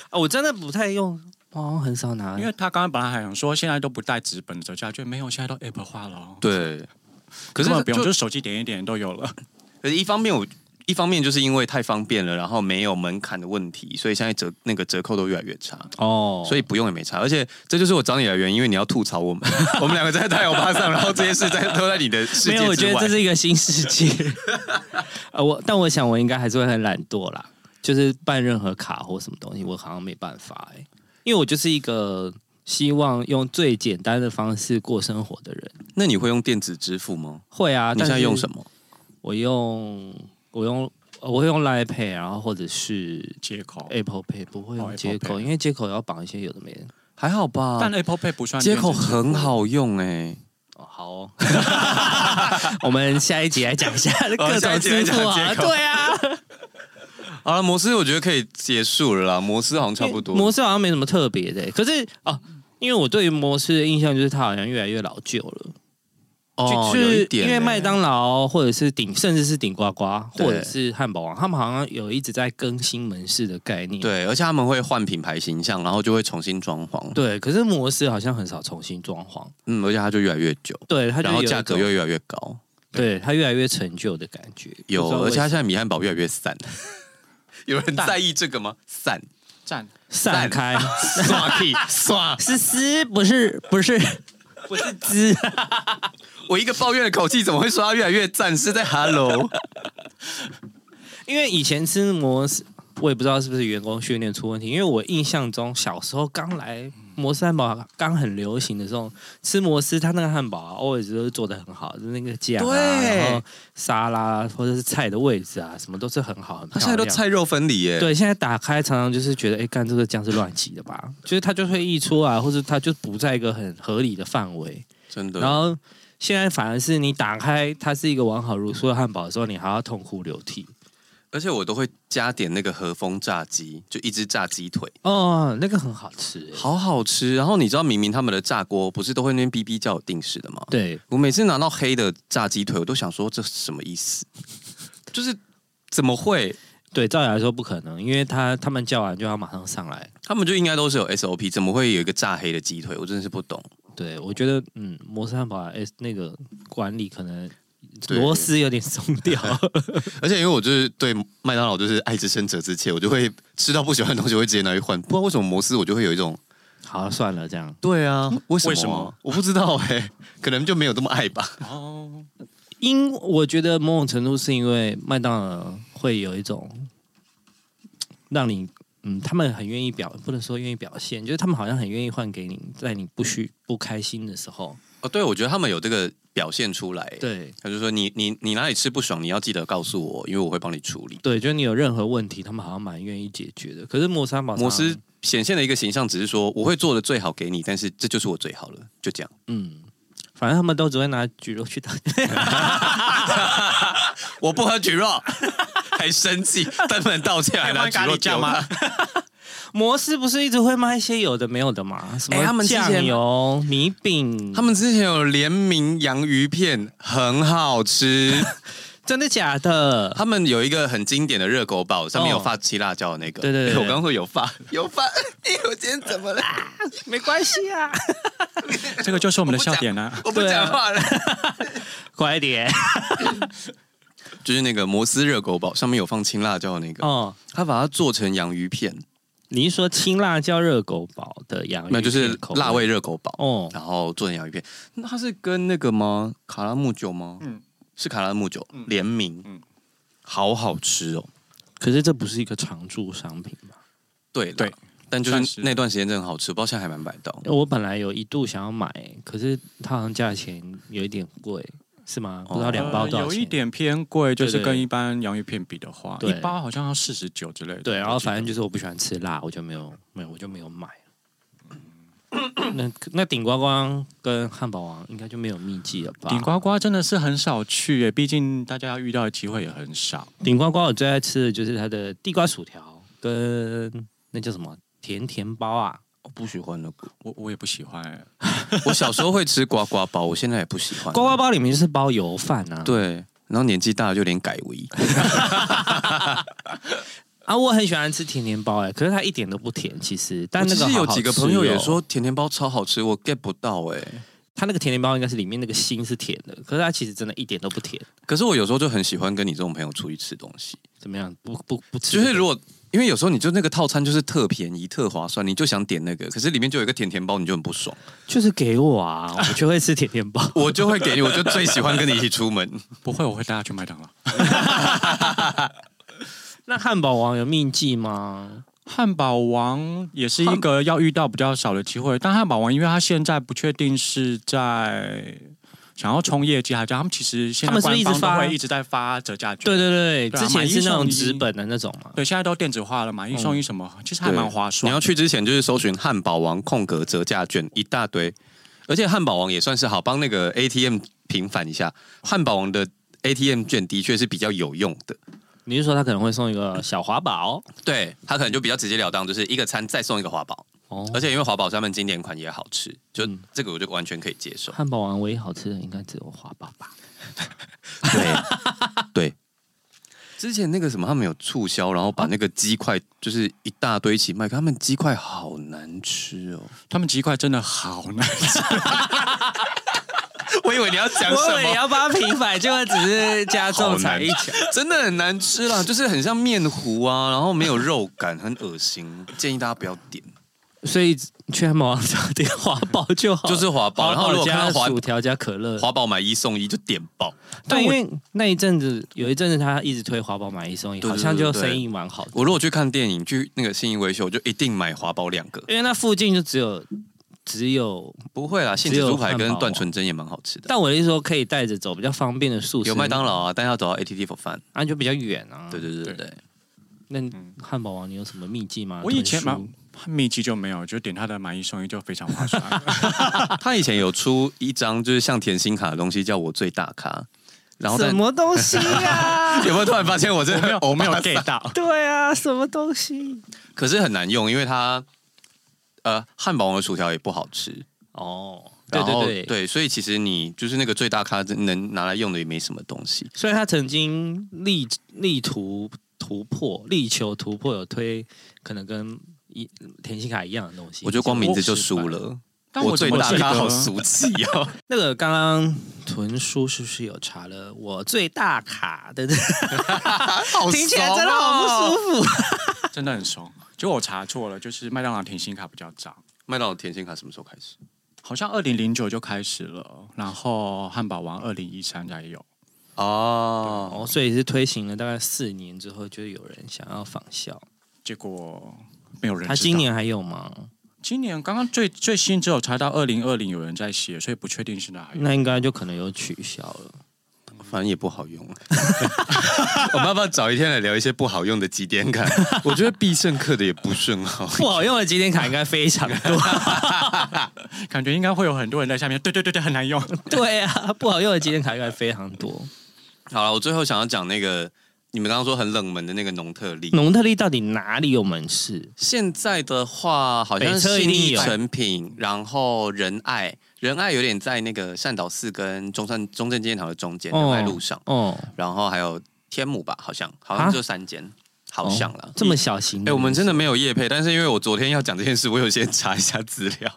Speaker 1: 啊我真的不太用，我好像很少拿，
Speaker 2: 因为他刚刚本来还想说现在都不带纸本折价券，没有，现在都 App 化了哦。
Speaker 3: 对，可
Speaker 2: 根
Speaker 3: 是
Speaker 2: 本不用，
Speaker 3: 就
Speaker 2: 就是手机点一点都有了。
Speaker 3: 可是一方面我一方面就是因为太方便了，然后没有门槛的问题，所以现在折那个折扣都越来越差，
Speaker 1: 哦，
Speaker 3: 所以不用也没差。而且这就是我找你的原因，因为你要吐槽 我们，我们两个在大摇巴上，然后这些事在都在你的世
Speaker 1: 没
Speaker 3: 界
Speaker 1: 有，我觉
Speaker 3: 之
Speaker 1: 得
Speaker 3: 外
Speaker 1: 这。是一个新世界。 呃，我但我想我应该还是会很懒惰啦，就是办任何卡或什么东西，我好像没办法哎、因为我就是一个希望用最简单的方式过生活的人。
Speaker 3: 那你会用电子支付吗？
Speaker 1: 会啊，
Speaker 3: 你现在用什
Speaker 1: 么？
Speaker 3: 么？
Speaker 1: 我用我用呃我会用 Line Pay，然后或者是
Speaker 2: 接口，
Speaker 1: Apple Pay，不会
Speaker 2: 哦
Speaker 1: 用
Speaker 2: ，Apple
Speaker 1: 接口，
Speaker 3: 啊
Speaker 2: Pay
Speaker 1: 因为接口要绑一些有的没的。
Speaker 3: 还好吧，
Speaker 2: 但 Apple Pay 不算
Speaker 3: 接口
Speaker 2: 电子支付
Speaker 3: 很。好用哎、
Speaker 1: 哦，好哦， 我们下一集来讲一 下各种
Speaker 3: 下一集来
Speaker 1: 支
Speaker 3: 讲
Speaker 1: 付啊，
Speaker 3: 接口
Speaker 1: 对啊。
Speaker 3: 好了，摩斯我觉得可以结束了啦，摩斯好像 差不多。
Speaker 1: 模式好像没什么特别的、可是啊，因为我对于模式的印象就是它好像越来越老旧了，
Speaker 3: 哦，
Speaker 1: 就
Speaker 3: 有
Speaker 1: 是
Speaker 3: 一点欸
Speaker 1: 因为麦当劳或者是顶，甚至是顶呱呱
Speaker 3: 对
Speaker 1: 或者是汉堡王，他们好像有一直在更新门市的概念。
Speaker 3: 对，而且他们会换品牌形象，然后就会重新装潢。
Speaker 1: 对，可是模式好像很少重新装潢，
Speaker 3: 嗯，而且它就越来越久，
Speaker 1: 对，它就
Speaker 3: 然后
Speaker 1: 有一
Speaker 3: 价格
Speaker 1: 种
Speaker 3: 又越来越高。
Speaker 1: 对它越来越陈旧的感觉。
Speaker 3: 有
Speaker 1: 不知道，为
Speaker 3: 而且
Speaker 1: 什么
Speaker 3: 它现在米汉堡越来 越散，有人在意这个吗？散，
Speaker 2: 赞，
Speaker 1: 散开
Speaker 3: 刷 key，刷。
Speaker 1: 是丝，不是不是不是汁。
Speaker 3: 我一个抱怨的口气，怎么会说它越来越赞？是 在 hello？
Speaker 1: 因为以前吃摩斯，我也不知道是不是员工训练出问题。因为我印象中小时候刚来摩斯汉堡刚很流行的时候，吃摩斯它那个汉堡啊，always 都是做的很好，就是那个酱啊，
Speaker 3: 对
Speaker 1: 然后沙拉啊或者是菜的位置啊，什么都是很好，很
Speaker 3: 它
Speaker 1: 漂
Speaker 3: 现在
Speaker 1: 亮。
Speaker 3: 都菜肉分离耶。
Speaker 1: 对，现在打开常常就是觉得，哎，干这个酱是乱挤的吧？就是它就会溢出啊来，或者它就不在一个很合理的范围。
Speaker 3: 真的。
Speaker 1: 然后现在反而是你打开它是一个完好如初的汉堡的时候，你还要痛哭流涕。
Speaker 3: 而且我都会加点那个和风炸鸡，就一只炸鸡腿，
Speaker 1: 哦，那个很好吃、哎
Speaker 3: 好好吃。然后你知道，明明他们的炸锅不是都会那边哔哔叫有定时的吗？
Speaker 1: 对，
Speaker 3: 我每次拿到黑的炸鸡腿，我都想说这是什么意思？ 就是怎么会？
Speaker 1: 对，照理来说不可能，因为他他们叫完就要马上上来。
Speaker 3: 他们就应该都是有 SOP，怎么会有一个炸黑的鸡腿？我真的是不懂。
Speaker 1: 对，我觉得嗯，摩斯汉堡哎，那个管理可能
Speaker 3: 对
Speaker 1: 螺丝有点松掉。
Speaker 3: 而且因为我就是对麦当劳就是爱之深责之切，我就会吃到不喜欢的东西，我会直接拿去换。不知道为什么摩斯我就会有一种，
Speaker 1: 好，算了，这样
Speaker 3: 对啊，为什么？
Speaker 2: 为什么
Speaker 3: 我不知道哎、 可能就没有这么爱吧。
Speaker 2: 哦，
Speaker 1: 因我觉得某种程度是因为麦当劳会有一种让你嗯，他们很愿意表，不能说愿意表现，就是他们好像很愿意换给你，在你不需不开心的时候，
Speaker 3: 哦，对，我觉得他们有这个表现出来、欸。
Speaker 1: 对
Speaker 3: 他就说你你你哪里吃不爽，你要记得告诉我，因为我会帮你处理。
Speaker 1: 对，就是你有任何问题，他们好像蛮愿意解决的。可是摩斯汉堡
Speaker 3: 摩
Speaker 1: 常
Speaker 3: 斯
Speaker 1: 常
Speaker 3: 显现的一个形象，只是说我会做的最好给你，但是这就是我最好了，就这样。
Speaker 1: 嗯，反正他们都只会拿橘肉去打。
Speaker 3: 我不喝蒟蒻， 还生 气，登门道歉，还拿
Speaker 2: 可以
Speaker 3: 蒟
Speaker 2: 换咖
Speaker 3: 蒻
Speaker 2: 喱酱吗
Speaker 3: 丢他？
Speaker 1: 摩斯不是一直会卖一些有的没有的吗？什
Speaker 3: 哎他
Speaker 1: 么
Speaker 3: 们之前
Speaker 1: 酱油、米饼，
Speaker 3: 他们之前有联名洋芋片，很好吃。
Speaker 1: 真的假的？
Speaker 3: 他们有一个很经典的热狗堡，上面
Speaker 1: 哦
Speaker 3: 有发七辣椒的那个。
Speaker 1: 对对对对
Speaker 3: 哎我刚说有发， 啊有发。哎，我今天怎么了？
Speaker 1: 没关系 啊，
Speaker 2: 这个就是我们的笑点啊。
Speaker 3: 我不讲话了。
Speaker 1: 快点。
Speaker 3: 就是那个摩斯热狗堡，上面有放青辣椒的那个，
Speaker 1: 哦，
Speaker 3: 他把它做成洋芋片，
Speaker 1: 你是说青辣椒热狗堡的洋芋
Speaker 3: 没有就是
Speaker 1: 片口
Speaker 3: 辣味热啊狗堡。
Speaker 1: 哦，
Speaker 3: 然后做成洋芋片。那它是跟那个吗？卡拉木酒吗？
Speaker 2: 嗯
Speaker 3: 是卡拉木酒
Speaker 2: 嗯
Speaker 3: 联名。
Speaker 2: 嗯
Speaker 3: 好好吃哦。
Speaker 1: 可是这不是一个常驻商品吧？
Speaker 3: 对啦
Speaker 2: 对，
Speaker 3: 但就
Speaker 2: 算
Speaker 3: 是
Speaker 2: 是
Speaker 3: 那段时间真的很好吃，不知道现在还蛮买到。
Speaker 1: 我本来有一度想要买，可是它好像价钱有一点贵，是吗？
Speaker 3: 哦
Speaker 1: 不知道两包多少
Speaker 2: 呃有
Speaker 1: 钱？
Speaker 2: 一点偏贵，就是
Speaker 1: 对对
Speaker 2: 跟一般洋芋片比的话，
Speaker 1: 对
Speaker 2: 一包好像要四十九之类的。
Speaker 1: 对，然后反正就是是我不喜欢吃辣，我就没有没有我就没有买。那那顶呱呱跟汉堡王应该就没有秘籍了吧？
Speaker 2: 顶呱呱真的是很少去耶，毕竟大家要遇到的机会也很少。
Speaker 1: 顶呱呱我最爱吃的就是它的地瓜薯条跟那叫什么甜甜包啊，
Speaker 3: 我不喜欢那个，
Speaker 2: 我我也不喜欢耶，
Speaker 3: 我小时候会吃呱呱包，我现在也不喜欢。
Speaker 1: 呱呱包里面就是包油饭啊。
Speaker 3: 对，然后年纪大了就有点改为。
Speaker 1: 啊，我很喜欢吃甜甜包哎、可是它一点都不甜，其实。但那
Speaker 3: 我
Speaker 1: 个
Speaker 3: 其实有
Speaker 1: 好好
Speaker 3: 几个
Speaker 1: 吃
Speaker 3: 朋友也
Speaker 1: 哦
Speaker 3: 说甜甜包超好吃，我 get 不到哎、
Speaker 1: 它那个甜甜包应该是里面那个心是甜的，可是它其实真的一点都不甜。
Speaker 3: 可是我有时候就很喜欢跟你这种朋友出去吃东西，
Speaker 1: 怎么样？不不不吃
Speaker 3: 就
Speaker 1: 这个，
Speaker 3: 是如果因为有时候你就那个套餐就是特便宜、特划算，你就想点那个，可是里面就有一个甜甜包，你就很不爽。
Speaker 1: 就是给我啊，我就会吃甜甜包。
Speaker 3: 我就会给你，我就最喜欢跟你一起出门。
Speaker 2: 不会，我会带他去麦当劳。
Speaker 1: 那汉堡王有秘技吗？
Speaker 2: 汉堡王也是一个要遇到比较少的机会，但汉堡王因为他现在不确定是在想要冲业绩还是怎样他们其实现
Speaker 1: 他
Speaker 2: 在
Speaker 1: 们是不是一直
Speaker 2: 官方都
Speaker 1: 发
Speaker 2: 会一直在发折价券。
Speaker 1: 对对对，
Speaker 2: 对啊
Speaker 1: 之前是那种
Speaker 2: 买一送一
Speaker 1: 纸本的那种嘛。
Speaker 2: 对，现在都电子化了嘛，一送一什么，其实还蛮划
Speaker 3: 你
Speaker 2: 算。
Speaker 3: 要去之前就是搜寻汉堡王空格折价券一大堆，而且汉堡王也算是好帮那个 ATM 平反一下，汉堡王的 ATM 券的确是比较有用的。
Speaker 1: 你是说他可能会送一个小华堡？
Speaker 3: 对他可能就比较直截了当，就是一个餐再送一个华堡，
Speaker 1: 哦，
Speaker 3: 而且因为华堡是他们经典款也好吃，就
Speaker 1: 嗯
Speaker 3: 这个我就完全可以接受。
Speaker 1: 汉堡王唯一好吃的应该只有华堡 吧？
Speaker 3: 对 对，之前那个什么他们有促销，然后把那个鸡块就是一大堆一起卖，可他们鸡块好难吃哦。
Speaker 2: 他们鸡块真的好难吃，
Speaker 3: 我以为你要讲
Speaker 1: 我以为你？要帮他平反，结果只是加重踩一脚。
Speaker 3: 真的很难吃啦，就是很像面糊啊，然后没有肉感，很恶心。建议大家不要点，
Speaker 1: 所以去汉堡王找点华堡就好了，
Speaker 3: 就是华堡。
Speaker 1: 华
Speaker 3: 然后如
Speaker 1: 堡
Speaker 3: 果看
Speaker 1: 加
Speaker 3: 到华
Speaker 1: 薯条加可乐。
Speaker 3: 华堡买一送一，就点爆。
Speaker 1: 对，
Speaker 2: 但
Speaker 1: 因
Speaker 2: 我
Speaker 1: 为那一阵子有一阵子他一直推华堡买一送一，
Speaker 3: 对对
Speaker 1: 好像就
Speaker 3: 对对
Speaker 1: 生意蛮好的。
Speaker 3: 我如果去看电影，去那个信义维修，我就一定买华堡两个。
Speaker 1: 因为那附近就只有只有，
Speaker 3: 不会啦，现制猪排
Speaker 2: 啊
Speaker 3: 跟段纯真也蛮好吃的。
Speaker 1: 但我的意思说可以带着走，比较方便的素食
Speaker 3: 有麦当劳啊，但要走到 ATT for fun。
Speaker 1: 啊，就比较远啊。
Speaker 3: 对对对对
Speaker 2: 嗯对
Speaker 3: 对，
Speaker 1: 那汉堡王你有什么秘籍吗？
Speaker 2: 我以前
Speaker 1: 嘛
Speaker 2: 买，秘籍就没有，就点他的买一送一就非常划 算。
Speaker 3: 他以前有出一张就是像甜心卡的东西，叫我最大咖。然后但
Speaker 1: 什么东西 啊？
Speaker 3: 有没有突然发现我真
Speaker 2: 我没
Speaker 3: 的
Speaker 2: 有，哦我没有 get 到。
Speaker 1: 对啊，什么东西？
Speaker 3: 可是很难用，因为它呃汉堡王的薯条也不好吃。
Speaker 1: 哦，对
Speaker 3: 然后
Speaker 1: 对对。
Speaker 3: 所以其实你就是那个最大咖能拿来用的也没什么东西。
Speaker 1: 所以他曾经力力图突破，力求突破，有推可能跟一田心卡一样的东西。
Speaker 3: 我觉得光名字就输了，
Speaker 2: 但
Speaker 3: 最
Speaker 2: 怎么
Speaker 3: 大
Speaker 2: 记
Speaker 3: 咖
Speaker 2: 得
Speaker 3: 好俗气 哦。
Speaker 1: 那个刚刚豚叔是不是有查了我最大卡的？
Speaker 2: 啊
Speaker 3: 啊
Speaker 1: 听起来真的好不
Speaker 3: 服。
Speaker 1: 舒服。
Speaker 2: 真的很怂。就我查错了，就是麦当劳甜心卡比较早，
Speaker 3: 麦当劳甜心卡什么时候开始？
Speaker 2: 好像二零零九就开始了，然后汉堡王二零一三才有。
Speaker 3: 哦，
Speaker 1: 哦，所以是推行了大概四年之后，就有人想要仿效。
Speaker 2: 结果没有人知道。
Speaker 1: 他今年还有吗？
Speaker 2: 今年刚刚最最新只有查到二零二零有人在写，所以不确定是哪有。
Speaker 1: 那应该就可能有取消了。
Speaker 3: 反正也不好用。我们要不要找一天来聊一些不好用的几点卡？我觉得必胜客的也不是很好。
Speaker 1: 不好用的几点卡应该非常 多。嗯
Speaker 2: 感觉应该会有很多人在下面。对对对对，很难用。
Speaker 1: 对啊，不好用的几点卡应该非常多。
Speaker 3: 好了，我最后想要讲那个你们刚刚说很冷门的那个农特利。
Speaker 1: 农特利到底哪里有门市？
Speaker 3: 现在的话，好像
Speaker 1: 北车一
Speaker 3: 是
Speaker 1: 定
Speaker 3: 信义
Speaker 1: 有
Speaker 3: 成品，然后仁爱，仁爱有点在那个善导寺跟中山中正纪念堂的中间，仁爱路上，
Speaker 1: 哦，
Speaker 3: 然后还有天母吧，好像好
Speaker 1: 啊
Speaker 3: 像就三间，好像啦。
Speaker 1: 哦这么小型
Speaker 3: 哎、
Speaker 1: 的门市？
Speaker 3: 我们真的没有业配，但是因为我昨天要讲这件事，我有先查一下资料。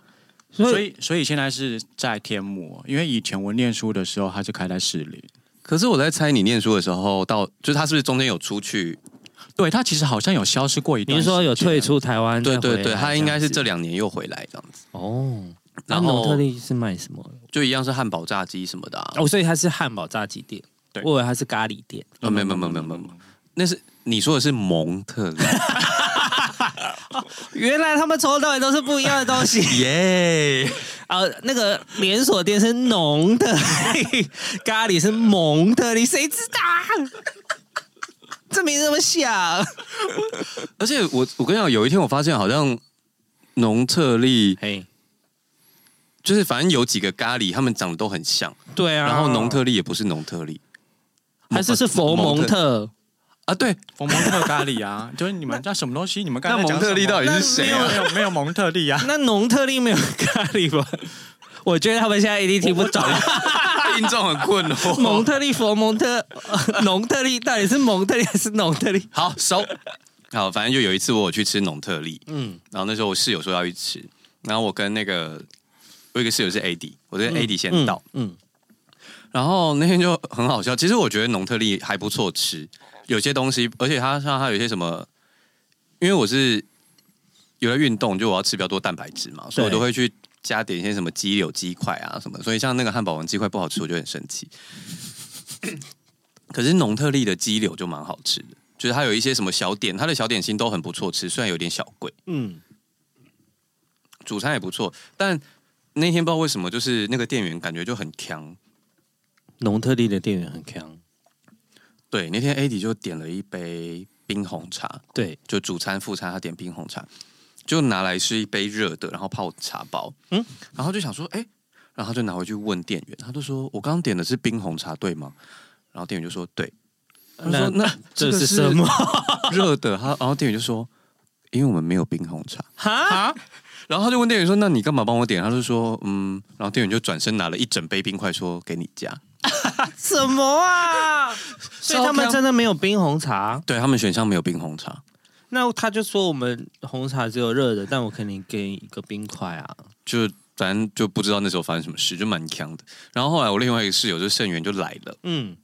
Speaker 2: 所
Speaker 1: 所以
Speaker 2: 以所以现在是在天母，因为以前我念书的时候，它是开在市里。
Speaker 3: 可是我在猜你念书的时候，到就是他是不是中间有出去？
Speaker 2: 对，它其实好像有消失过一
Speaker 1: 你
Speaker 2: 段
Speaker 1: 是
Speaker 2: 时间。
Speaker 1: 说有退出台湾再回
Speaker 3: 对
Speaker 1: 来这样子？
Speaker 3: 对对，他应该是这两年又回来这样子。
Speaker 1: 哦。那
Speaker 3: 然
Speaker 1: 农特
Speaker 3: 后
Speaker 1: 利是卖什么的？
Speaker 3: 就一样是汉堡炸鸡什么的、啊。
Speaker 1: 哦，所以它是汉堡炸鸡店，
Speaker 2: 对
Speaker 1: 我以为它是咖喱店。
Speaker 2: 嗯
Speaker 3: 哦，没有没有没
Speaker 1: 嗯
Speaker 3: 有没有没有，那是你说的是蒙特利。
Speaker 1: 原来他们从头到尾都是不一样的东西
Speaker 3: 耶！
Speaker 1: 啊、那个连锁店是浓的，咖喱是蒙的，你谁知道 啊？这名字这么像，
Speaker 3: 而且我我跟你讲，有一天我发现好像农特利
Speaker 1: 嘿，
Speaker 3: 就是反正有几个咖喱，他们长得都很像，
Speaker 1: 对啊。
Speaker 3: 然后农特利也不是农特利
Speaker 1: 还是是佛蒙特，，
Speaker 3: 啊，对，
Speaker 2: 冯蒙特咖喱啊，就是你们叫什么东西？你们刚才
Speaker 3: 那蒙特利到底是谁
Speaker 2: 没有
Speaker 3: 啊？
Speaker 2: 没有没有蒙特利 啊
Speaker 1: 那农特利没有咖喱吧？我觉得他们现在一定听不懂。
Speaker 3: 听众很困惑
Speaker 1: 蒙。特利、佛蒙特、呃农特利到底是蒙特利还是农特利？
Speaker 3: 好熟，好，反正就有一次我有去吃农特利，
Speaker 1: 嗯，
Speaker 3: 然后那时候我室友说要去吃，然后我跟那个我有一个室友是 AD，我跟 AD 先到，
Speaker 1: 嗯，
Speaker 3: 然后那天就很好笑。其实我觉得农特利还不错吃，有些东西，而且它像它有些什么，因为我是有在运动，就我要吃比较多蛋白质嘛，所以我都会去加点一些什么鸡柳、鸡块啊什么。所以像那个汉堡王鸡块不好吃，我就很生气。可是农特利的鸡柳就蛮好吃的，就是它有一些什么小点，它的小点心都很不错吃，虽然有点小贵，
Speaker 1: 嗯
Speaker 3: 主餐也不错，但那天不知道为什么，就是那个店员感觉就很强，
Speaker 1: 农特利的店员很强，
Speaker 3: 对，那天 AD 就点了一杯冰红茶，
Speaker 1: 对，
Speaker 3: 就主餐副餐他点冰红茶，就拿来是一杯热的，然后泡茶包，
Speaker 1: 嗯
Speaker 3: 嗯，然后就想说，哎、然后他就拿回去问店员，他就说我刚刚点的是冰红茶对吗？然后店员就说对，他说那
Speaker 1: 这
Speaker 3: 个
Speaker 1: 是什 么？
Speaker 3: 热的？他然后店员就说，因为我们没有冰红茶。
Speaker 1: 哈，
Speaker 3: 然后他就问店员说：“那你干嘛帮我点？”他就说：“嗯。”然后店员就转身拿了一整杯冰块，说：“给你加。
Speaker 1: 什么啊？所以他们真的没有冰红茶”，
Speaker 3: 对他们选项没有冰红茶，
Speaker 1: 那他就说我们红茶只有热的，但我肯定给你一个冰块啊。
Speaker 3: 就反正就不知道那时候发生什么事，就蛮强的。然后后来我另外一个室友就盛源就来了，
Speaker 1: 嗯，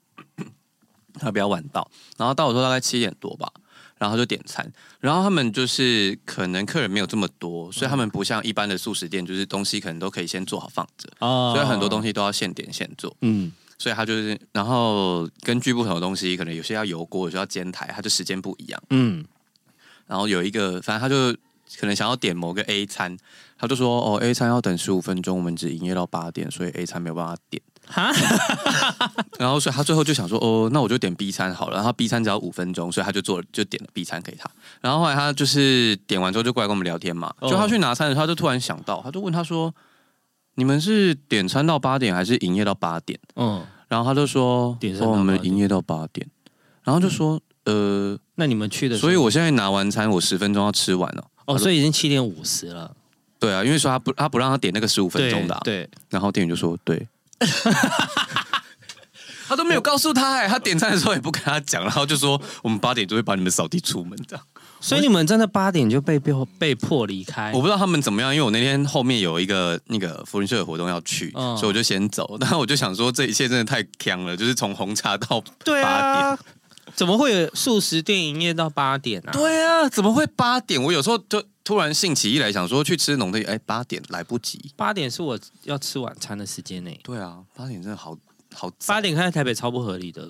Speaker 3: 他比较晚到，然后到我说大概七点多吧，然后就点餐。然后他们就是可能客人没有这么多，所以他们不像一般的素食店，就是东西可能都可以先做好放着，
Speaker 1: 哦
Speaker 3: 所以很多东
Speaker 1: 西，
Speaker 3: 西都要现点现做。
Speaker 1: 嗯，
Speaker 3: 所以他就是，然后根据不同的东西，可能有些要油锅，有些要煎台，它就时间不一样。
Speaker 1: 嗯，
Speaker 3: 然后有一个，反正他就可能想要点某个 A 餐，他就说哦 A 餐要等十五分钟，我们只营业到八点，所以 A 餐没有办法点。
Speaker 1: 哈，
Speaker 3: 然后所以他最后就想说哦，那我就点 B 餐好了。然后 B 餐只要五分钟，所以他就做了就点了 B 餐给他。然后后来他就是点完之后就过来跟我们聊天嘛，
Speaker 1: 哦
Speaker 3: 就他去拿餐的时候，他就突然想到，他就问他说你们是点餐到八点还是营业到八点？
Speaker 1: 嗯，
Speaker 3: 然后他就说
Speaker 1: 点餐
Speaker 3: 哦
Speaker 1: 到
Speaker 3: 我们
Speaker 1: 8点
Speaker 3: 营业到八点，然后就说。呃，
Speaker 1: 那你们去的时候，
Speaker 3: 所以我现在拿完餐，我十分钟要吃完哦。
Speaker 1: 哦，所以已经七点五十了，
Speaker 3: 对啊，因为说他不他不让他点那个十五分钟的啊、
Speaker 1: 对，对
Speaker 3: 然后店员就说 对。他都没有告诉他、哎，他点餐的时候也不跟他讲，然后就说我们八点就会把你们扫地出门这样。
Speaker 1: 所以你们真的八点就被被被迫离开
Speaker 3: 我，不知道他们怎么样，因为我那天后面有一个那个福伦社的活动要去，
Speaker 1: 嗯
Speaker 3: 所以我就先走。但我就想说这一切真的太坑了，就是从红茶到
Speaker 1: 对
Speaker 3: 八
Speaker 1: 啊，怎么会有素食店营业到八点啊？
Speaker 3: 对啊，怎么会八点？我有时候就突然兴起一来，想说去吃农特利，哎、八点来不及。
Speaker 1: 八点是我要吃晚餐的时间呢。
Speaker 3: 对啊，八点真的好好早
Speaker 1: 八，点开在台北超不合理的，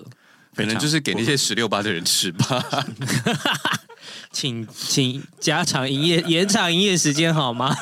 Speaker 3: 可能就是给那些十六八的人吃 吧。
Speaker 1: 请请加长营业延长营业时间好吗？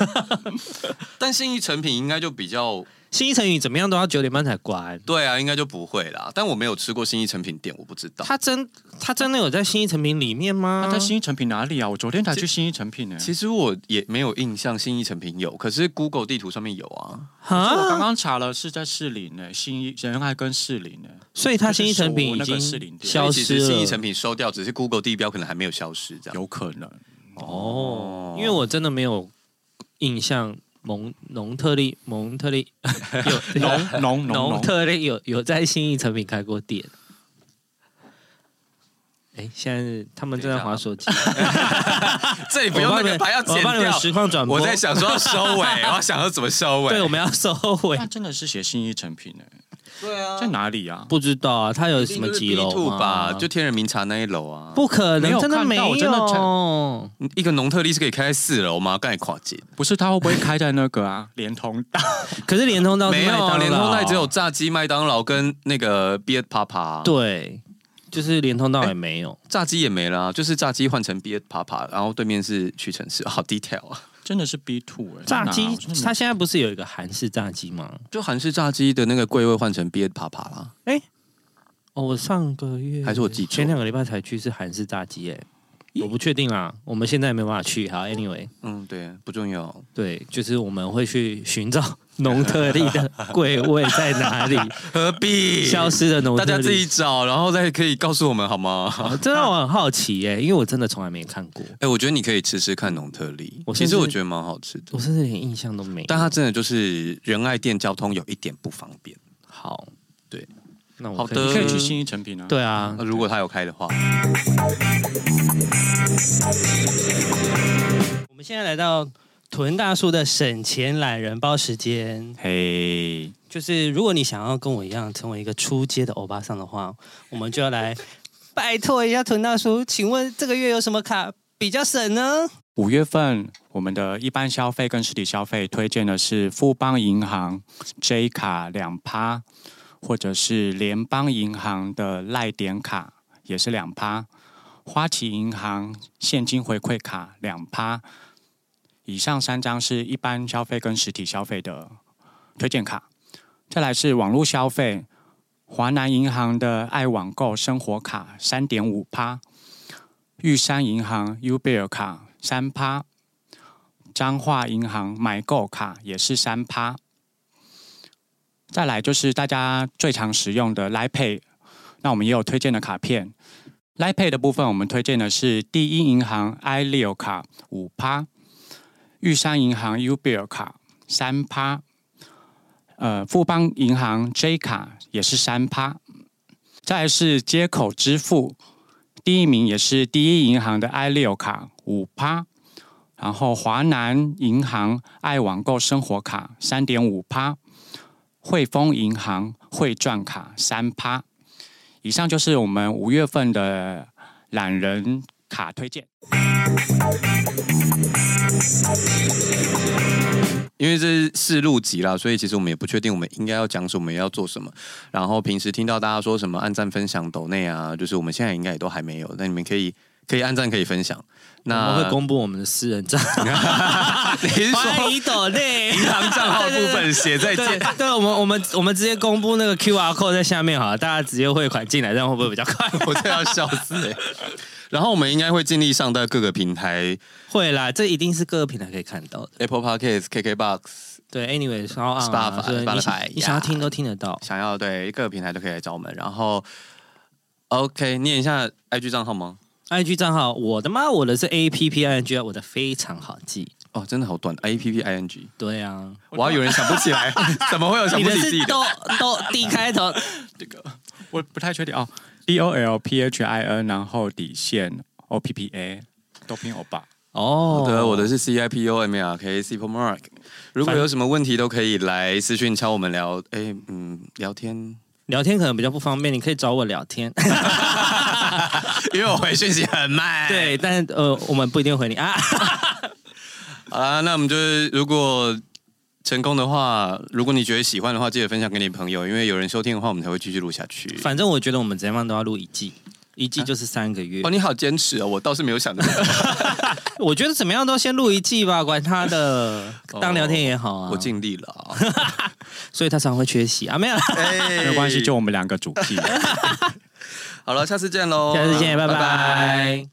Speaker 3: 但信义成品应该就比较
Speaker 1: 新一成语怎么样都要九点半才关。
Speaker 3: 对啊，应该就不会啦。但我没有吃过新一成品店，我不知道。
Speaker 1: 他真他真的有在新一成品里面吗？
Speaker 2: 那在新一成品哪里啊？我昨天才去新一成品呢、
Speaker 3: 其实我也没有印象新一成品有，可是 Google 地图上面有啊。
Speaker 2: 我刚
Speaker 1: 啊，
Speaker 2: 刚查了，是在士林呢、新一仁爱跟士林呢、
Speaker 1: 所以他新一成品已
Speaker 2: 就是我那个士林
Speaker 1: 经
Speaker 2: 店
Speaker 1: 消
Speaker 3: 所以
Speaker 1: 失
Speaker 3: 其
Speaker 1: 了。
Speaker 3: 实新一成品收掉，只是 Google 地标可能还没有消失这样。
Speaker 2: 有可能。
Speaker 1: 哦，因为我真的没有印象蒙蒙特利蒙特 利有
Speaker 3: 啊
Speaker 2: 农农农
Speaker 1: 农
Speaker 2: 农，
Speaker 1: 特利有有在新一成品开过店。哎，现在是他们正在划手机，
Speaker 3: 这里
Speaker 1: 我
Speaker 3: 不用
Speaker 1: 帮
Speaker 3: 那
Speaker 1: 你们
Speaker 3: 个，还要
Speaker 1: 我
Speaker 3: 剪
Speaker 1: 帮你们
Speaker 3: 掉。
Speaker 1: 实况转播。
Speaker 3: 我在想说要收尾， 我要想要怎么收尾。
Speaker 1: 对，我们要收尾。
Speaker 2: 那真的是写信义成品呢、
Speaker 3: 对啊
Speaker 2: 在哪里啊？
Speaker 1: 不知道啊，他有什么几楼
Speaker 3: B2
Speaker 1: 吗
Speaker 3: 吧？就天人名茶那一楼啊。
Speaker 1: 不可
Speaker 2: 没
Speaker 1: 能，
Speaker 2: 有
Speaker 1: 真的
Speaker 2: 看
Speaker 1: 没
Speaker 2: 到我真的
Speaker 1: 有。
Speaker 3: 一个农特利是可以开在四楼吗？刚才跨界。
Speaker 2: 不是，他会不会开在那个啊？ 连通道？
Speaker 1: 可是联通到
Speaker 3: 没有，联通带只有炸鸡、麦当劳跟那个 B S Papa。，啊
Speaker 1: 对，就是联通到也没有。
Speaker 3: 炸鸡也没了、啊，就是炸鸡换成 B S Papa，然后对面是屈臣氏，好 detail 啊！
Speaker 2: 真的是 B two 哎、
Speaker 1: 炸鸡，它
Speaker 2: 他
Speaker 1: 现在不是有一个韩式炸鸡吗？
Speaker 3: 就韩式炸鸡的那个柜位换成 B S Papa 啦。
Speaker 1: 哦，我上个月
Speaker 3: 还是我记错
Speaker 1: 前两个礼拜才去是韩式炸鸡，哎，我不确定啦，我们现在没办法去。好，anyway，
Speaker 3: 嗯，对，不重 要。
Speaker 1: 对，就是我们会去寻找农特利的柜位在哪 里，
Speaker 3: 何必？
Speaker 1: 消失的农特
Speaker 3: 大
Speaker 1: 利。
Speaker 3: 家自己找，然后再可以告诉我们好吗？
Speaker 1: 哦，这让我很好奇欸耶，因为我真的从来没看过，
Speaker 3: 哎、我觉得你可以吃吃看农特利
Speaker 1: 我，
Speaker 3: 其
Speaker 1: 甚至
Speaker 3: 实我觉得蛮好吃的
Speaker 1: 我，甚至连印象都 没有。
Speaker 3: 但它真的就是仁爱店交通有一点不方便。
Speaker 1: 好，
Speaker 3: 对，
Speaker 1: 那我
Speaker 3: 好
Speaker 1: 可
Speaker 3: 的
Speaker 1: 以
Speaker 2: 你可以
Speaker 1: 去
Speaker 2: 去
Speaker 1: 新。
Speaker 2: 信义成品啊。，
Speaker 1: 对啊
Speaker 3: 那，如果它有开的话，
Speaker 1: 我们现在来到屯大叔的省钱懒人包时间，
Speaker 2: 嘿，
Speaker 1: 就是如果你想要跟我一样成为一个出街的欧巴桑的话，我们就要来拜托一下屯大叔，请问这个月有什么卡比较省呢？
Speaker 2: 五月份我们的一般消费跟实体消费推荐的是富邦银行 J 卡两趴，或者是联邦银行的赖点卡也是两趴，花旗银行现金回馈卡两趴。以上三张是一般消费跟实体消费的推荐卡，再来是网络消费，华南银行的爱网购生活卡三点五趴。玉山银行 U 贝尔卡三趴，彰化银行买购卡也是三趴。再来就是大家最常使用的 Line Pay，那我们也有推荐的卡片。Line Pay 的部分，我们推荐的是第一银行 I 六卡五趴，玉山银行 U 贝尔卡三趴，呃，富邦银行 J 卡也是三趴。再来是接口支付，第一名也是第一银行的 i 六卡五趴，然后华南银行爱网购生活卡三点五趴，汇丰银行汇赚卡三趴。以上就是我们五月份的懒人卡推荐。
Speaker 3: 因为这是试录集啦，所以其实我们也不确定我们应该要讲什么，要做什么。然后平时听到大家说什么按赞、分享、抖内啊，就是我们现在应该也都还没有。那你们可以 可以按赞，可以分享。
Speaker 1: 我们会
Speaker 3: 那
Speaker 1: 公布我们的私人账号，
Speaker 3: 你是
Speaker 1: 欢
Speaker 3: 说
Speaker 1: 迎抖内。
Speaker 3: 银行账号部分写在
Speaker 1: 对
Speaker 3: 键？
Speaker 1: 对，我们我们我们直接公布那个 Q R code 在下面好了，大家直接汇款进来，这样会不会比较快？
Speaker 3: 我真的要笑死、欸！然后我们应该会尽力上到各个平台
Speaker 1: 会啦，这一定是各个平台可以看到的。
Speaker 3: ，Apple Podcast、KKBox，
Speaker 1: 对，anyway，然后啊
Speaker 3: Spotify，
Speaker 1: 所以你想
Speaker 3: Spotify，
Speaker 1: 你想要
Speaker 3: 呀
Speaker 1: 听都听得到。
Speaker 3: 想要对各个平台都可以来找我们。然后 OK，念一下 IG 账号吗？
Speaker 1: IG 账号，我的妈，我的是 A P P I N G，我的啊非常好记。
Speaker 3: 哦，真的好短，A P P I N G。
Speaker 1: 对啊，
Speaker 3: 我还有人想不起来， 怎么会有想
Speaker 1: 你
Speaker 3: 不
Speaker 1: 的
Speaker 3: 起自己
Speaker 1: 是
Speaker 3: 的？
Speaker 1: 都都 D 开头，
Speaker 2: 我不太确定哦，D O L P H I N，然后底线 O P P A，都拼欧巴。
Speaker 1: 哦
Speaker 3: 好的，啊我的是 C I P O M R K C P Mark。如果有什么问题，都可以来私讯敲我们聊。哎，嗯，聊天，
Speaker 1: 聊天可能比较不方便，你可以找我聊天。
Speaker 3: 因为我回讯息很 慢。，
Speaker 1: 对，但呃，我们不一定回你啊。
Speaker 3: 好啦，那我们就是如果成功的话，如果你觉得喜欢的话，记得分享给你朋友，因为有人收听的话，我们才会继续录下去。
Speaker 1: 反正我觉得我们怎样都要录一季，一季就是三个月。
Speaker 3: 哦，你好坚持哦，我倒是没有想到，
Speaker 1: 我觉得怎么样都先录一季吧，管他 的，当聊天也好啊。
Speaker 3: 我尽力了啊。
Speaker 1: 所以他常会缺席啊，没有啦。
Speaker 3: 哎
Speaker 2: 没关系，就我们两个主题。
Speaker 3: 好了，下次见喽，
Speaker 1: 哦下次见，拜拜